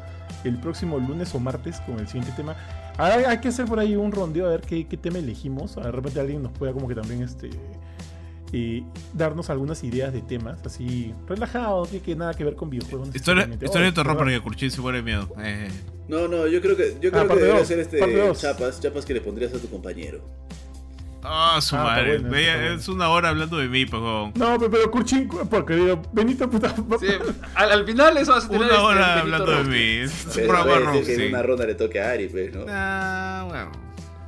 el próximo lunes o martes con el siguiente tema. Hay, hay que hacer por ahí un rondeo a ver qué, qué tema elegimos. De repente alguien nos pueda como que también este, eh, darnos algunas ideas de temas, así relajados, que, que nada que ver con videojuegos. Historia, necesariamente. historia Oh, de terror perdón. para que Curchín se muere de miedo. Eh, No, no, yo creo Ah, que, yo creo que parte debería dos, ser este parte dos. chapas, chapas que le pondrías a tu compañero. Ah, su Ah, está madre. bueno, Veía- está bueno. Es una hora hablando de mí, pues, huevón. No, pero, pero Kurchin, porque digo, Benito puta. Sí, al, al final eso vas a tener Una este, hora Benito hablando de Roque. mí. Es un Pero programa puede ser que en Roxy. una ronda le toque a Ari, pues, ¿no? Ah, bueno.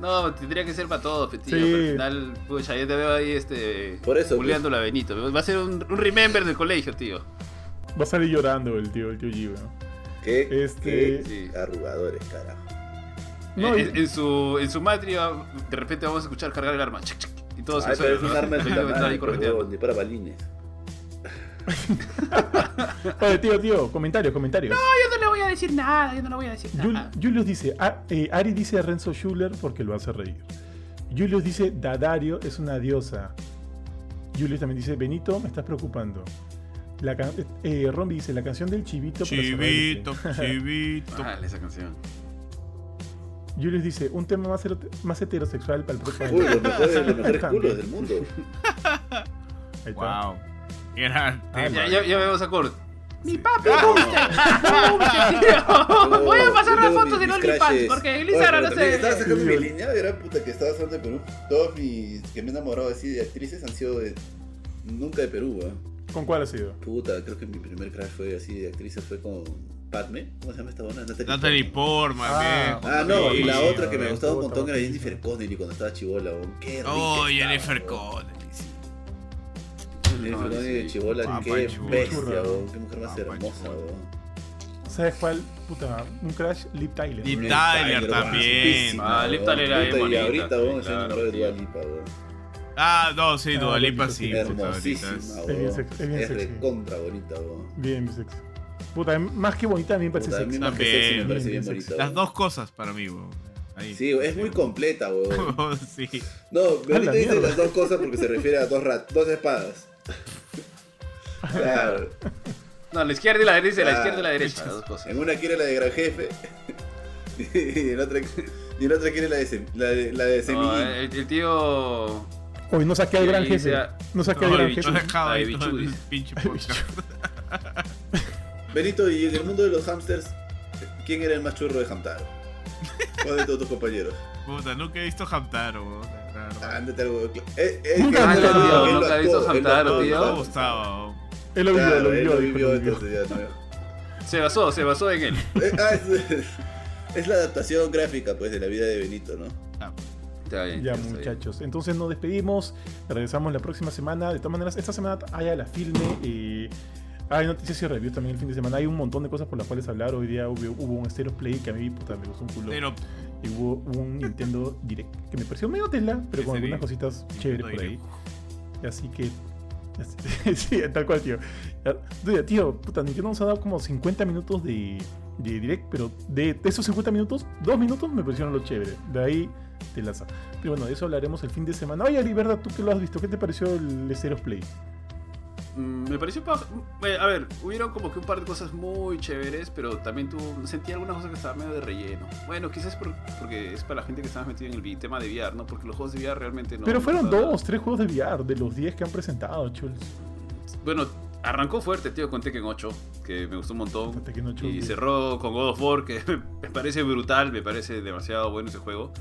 No, tendría que ser para todos, pe, tío. Sí. Pero al final, pucha, yo te veo ahí, este. Por eso, pues. Buleándola a Benito. Va a ser un, un remember del colegio, tío. Va a salir llorando el tío, el tío G, weón. Qué, Este- qué Sí. arrugadores, carajo. No, en, y- en su, en su matria, de repente vamos a escuchar cargar el arma. chic, chic, y todos Ay, pero es un arma de puta madre, ahí correteando. huevón, ni para balines. Oye, eh, tío, tío, comentarios, comentarios. Yo no le voy a decir nada, yo no le voy a decir Jul- nada. Julius dice, "A- eh, Ari dice a Renzo Schuller porque lo hace reír. Julius dice, Dadario es una diosa. Julius también dice, Benito, me estás preocupando. La can- eh, Rombi dice, la canción del chivito. para cerrar el Chivito, tren". chivito. Vale, esa canción. Julius dice, un tema más, hero- más heterosexual para el próximo. Uy, año". los mejores, los mejores También. culos del mundo. Ahí está. Wow. Gran Ah, Ya, tema. ya, ya vemos a Kurt. Mi papi gusta, gusta, tío. Voy a pasar las fotos de OnlyFans porque Lizara no se... Estaba sé. sacando mi Dios. línea, era puta que estaba sacando de Perú. Todos mis que me he enamorado así de actrices han sido de... Nunca de Perú, ¿eh? ¿Con cuál ha sido? Puta, creo que mi primer crash fue así de actrices fue con Padme. ¿Cómo se llama esta buena? Natalie. Natalie Portman. Portman, Ah, viejo. Ah, no, y la Sí. otra que me no, gustaba un puta, montón era puta. Jennifer Connelly cuando estaba chivola, weón. Qué rica Oh, estaba, Jennifer weón. Connelly. sí. Jennifer No, Connelly de sí. chivola, Guapa, qué chibola. bestia, weón. Qué mujer más Guapa, hermosa, chibola. weón. ¿Sabes cuál? Puta, un crash, Lip Tyler. Lip- Y Liv Tyler weón, también. guapísima, Ah, Liv weón. Tyler era bien Puta, Y bonita, ahorita, weón, se claro, enamoró de tío. Dua Lipa, weón. Ah, no, sí, Ah, Dua Lipa Dua sí. Lipa, puta, Hermosísima, pues, ahorita es- Es bien weón. sexy, es bien Es sexy. recontra bonita, weón. Bien, bisexo. Puta, más que bonita a mí me parece Puta, a mí sexy. más que sexy me También. parece bien Bien sexy. bonita, Las weón. dos cosas para mí, weón. Ahí. Sí, es muy completa, weón. sí. No, ahorita la dice mierda. las dos cosas porque se refiere a dos, ra- dos espadas. Claro. No, la izquierda y la derecha, la Ah, izquierda y la derecha. Las dos cosas. En una quiere la de gran jefe y en otra, y en otra quiere la de, sem- la de, la de No, eh. semillín. el, el tío. Hoy no saqué al gran Sí, jefe. sea- No saqué al No, gran bicho, jefe. he dejado ahí Ay, todo el bichudis. pinche Ay, podcast. Benito, y en el mundo de los hamsters, ¿quién era el más churro de Hamtaro? ¿Cuál de todos tus compañeros? Puta, nunca he visto Hamtaro, weón. Ándate al huevo. Eh, eh, Nunca que has él lo- entendido, él lo nunca has visto actuó, él lo saltar, actuó, tío. Me ¿no? gustaba, weón. Él lo vivió, Claro, lo él vivió. lo dijo, vivió, lo vivió. entonces ya, tío. Se basó, se basó en él. Eh, ah, es, es la adaptación gráfica, pues, de la vida de Benito, ¿no? Está bien, Ya, está bien. muchachos. Entonces nos despedimos. Regresamos la próxima semana. De todas maneras, esta semana hay a la filme. eh, hay noticias y reviews también el fin de semana. Hay un montón de cosas por las cuales hablar. Hoy día hubo, hubo un Stereo Play que a mí puta, me gustó un culo. Pero Y hubo un Nintendo Direct que me pareció medio tela, pero con Ese algunas Direct. cositas chéveres por ahí. Direct. Así que. así- sí, tal cual, tío. Ya, Dude, tío, puta, Nintendo nos ha dado como 50 minutos de, de direct, pero de, de esos 50 minutos, dos minutos me parecieron lo chévere. De ahí te lanza. Pero bueno, de eso hablaremos el fin de semana. Oye, Ari, ¿verdad? ¿Tú que lo has visto? ¿Qué te pareció el Steros Play? Mm, Me pareció pa- eh, A ver, hubieron como que un par de cosas muy chéveres, pero también tú sentí algunas cosas que estaban medio de relleno. Bueno, quizás por- porque es para la gente que estaba metida en el vi- tema de VR, ¿no? Porque los juegos de VR realmente no. pero fueron no- no- dos, tres juegos de VR de los 10 que han presentado, chulos. Bueno, arrancó fuerte, tío, con Tekken 8, que me gustó un montón. Hasta que no chulos. Y cerró con God of War, que me parece brutal, me parece demasiado bueno ese juego.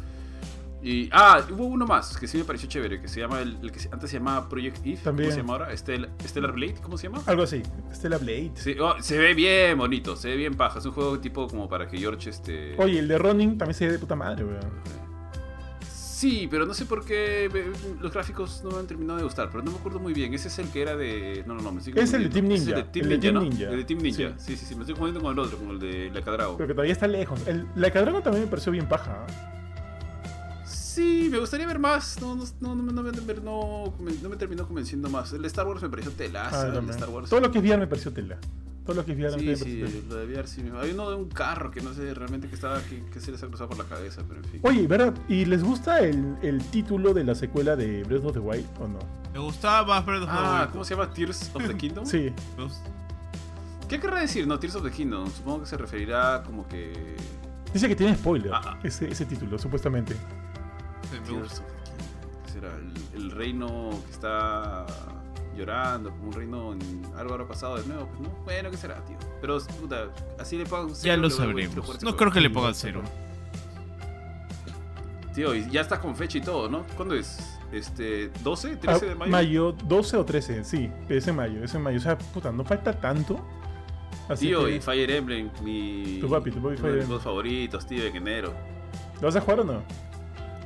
Y, ah, hubo uno más que sí me pareció chévere, que se llama el, el que se- antes se llamaba Project Eve. También. Mm. ¿Cómo se llama ahora? Estel- Stellar Blade, ¿cómo se llama? Algo así. Stella Blade. Sí, oh, se ve bien bonito, se ve bien paja. Es un juego tipo como para que George este. Oye, el de Ronin también se ve de puta madre, weón. Sí, pero no sé por qué eh, los gráficos no me han terminado de gustar, pero no me acuerdo muy bien. Ese es el que era de. No, no, no, me estoy Es el de confundiendo. Team Ninja, Es el de Team Ninja, ¿no? El de Team Ninja. Sí. Sí. sí, sí, me estoy confundiendo con el otro, con el de la Cadrago. Pero que todavía está lejos. El, la Cadragon también me pareció bien paja. ¿ah? Sí, me gustaría ver más. No, no, no, no, no, me- no, me- no me- no me terminó convenciendo más. El de Star Wars me pareció Ah, telazo. el de también. Star Wars. Todo lo que pues, es VR me pareció tela. Todo lo que es VR Sí, me sí, pareció tela. lo de VR sí. me- Hay uno de un carro que no sé realmente qué estaba, qué, qué se les ha cruzado por la cabeza, pero en fin. Oye, ¿verdad? ¿Y les gusta el, el título de la secuela de Breath of the Wild o no? me gustaba más Breath of the Ah, Wild. ¿cómo se llama? Tears of the Kingdom. Sí. Me gust- ¿Qué querrá decir? No, Tears of the Kingdom. Supongo que se referirá como que. Dice que tiene spoiler Ah. ese, ese título, supuestamente. me gust- Tears of the Kingdom. ¿Qué será? El, el reino que está llorando, como un reino en algo habrá pasado de nuevo, pues no. Bueno, ¿qué será, tío? Pero, puta, así le pago un Ya cero, lo le voy a- voy a sabremos. jugar No ese creo juego. que le pongan cero. Tío, y ya está con fecha y todo, ¿no? ¿Cuándo es? Este, ¿12? Ah, ¿13 de mayo? mayo 12 o 13, sí. Ese mayo, ese mayo. O sea, puta, no falta tanto. Así Tío, que, y Fire Emblem, mi. Tu papi, tu papi Fire uno de mis Emblem. juegos favoritos, tío, de enero. ¿Lo vas a jugar o no?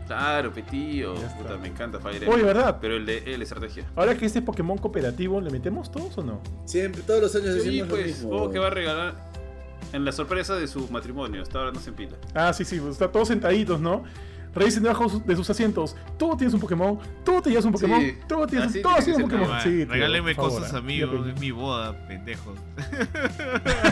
Claro, pe, tío. Ya está. Puta, me encanta Fire Emblem. Oye, ¿verdad? Pero el de el de estrategia. Ahora que este es Pokémon cooperativo, ¿le metemos todos o no? Siempre, todos los años Sí, decimos lo pues, mismo. supongo que va a regalar en la sorpresa de su matrimonio. Hasta ahora no se empila. Ah, sí, sí, pues, está todos sentaditos, ¿no? Revisen debajo su- de sus asientos. Tú tienes un Pokémon, tú te llevas un Pokémon, Sí, tú tienes así un, todos tiene tienen que un ser, Pokémon. Ah, Sí, tío, regálenme por favor, cosas ah, a mí, weón, ya es mi boda, pendejos.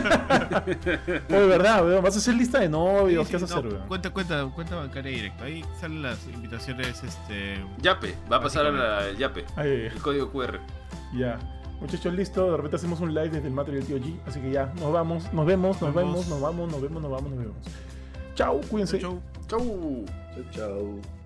pedí. Oye, verdad, weón, vas a hacer lista de novios, Sí, ¿qué sí, vas a no, hacer, weón? cuenta, cuenta, cuenta bancaria directa. Ahí salen las invitaciones, este. Yape, va a pasar al Yape. Ay, eh, El código QR. ya. Muchachos, listo, de repente hacemos un live desde el mate del tío G, así que ya, nos vamos, nos vemos, nos Nos vemos, vemos. nos vamos, nos vemos, nos vamos, nos vemos. Chao, cuídense. Chau. Chau. Chau, chau.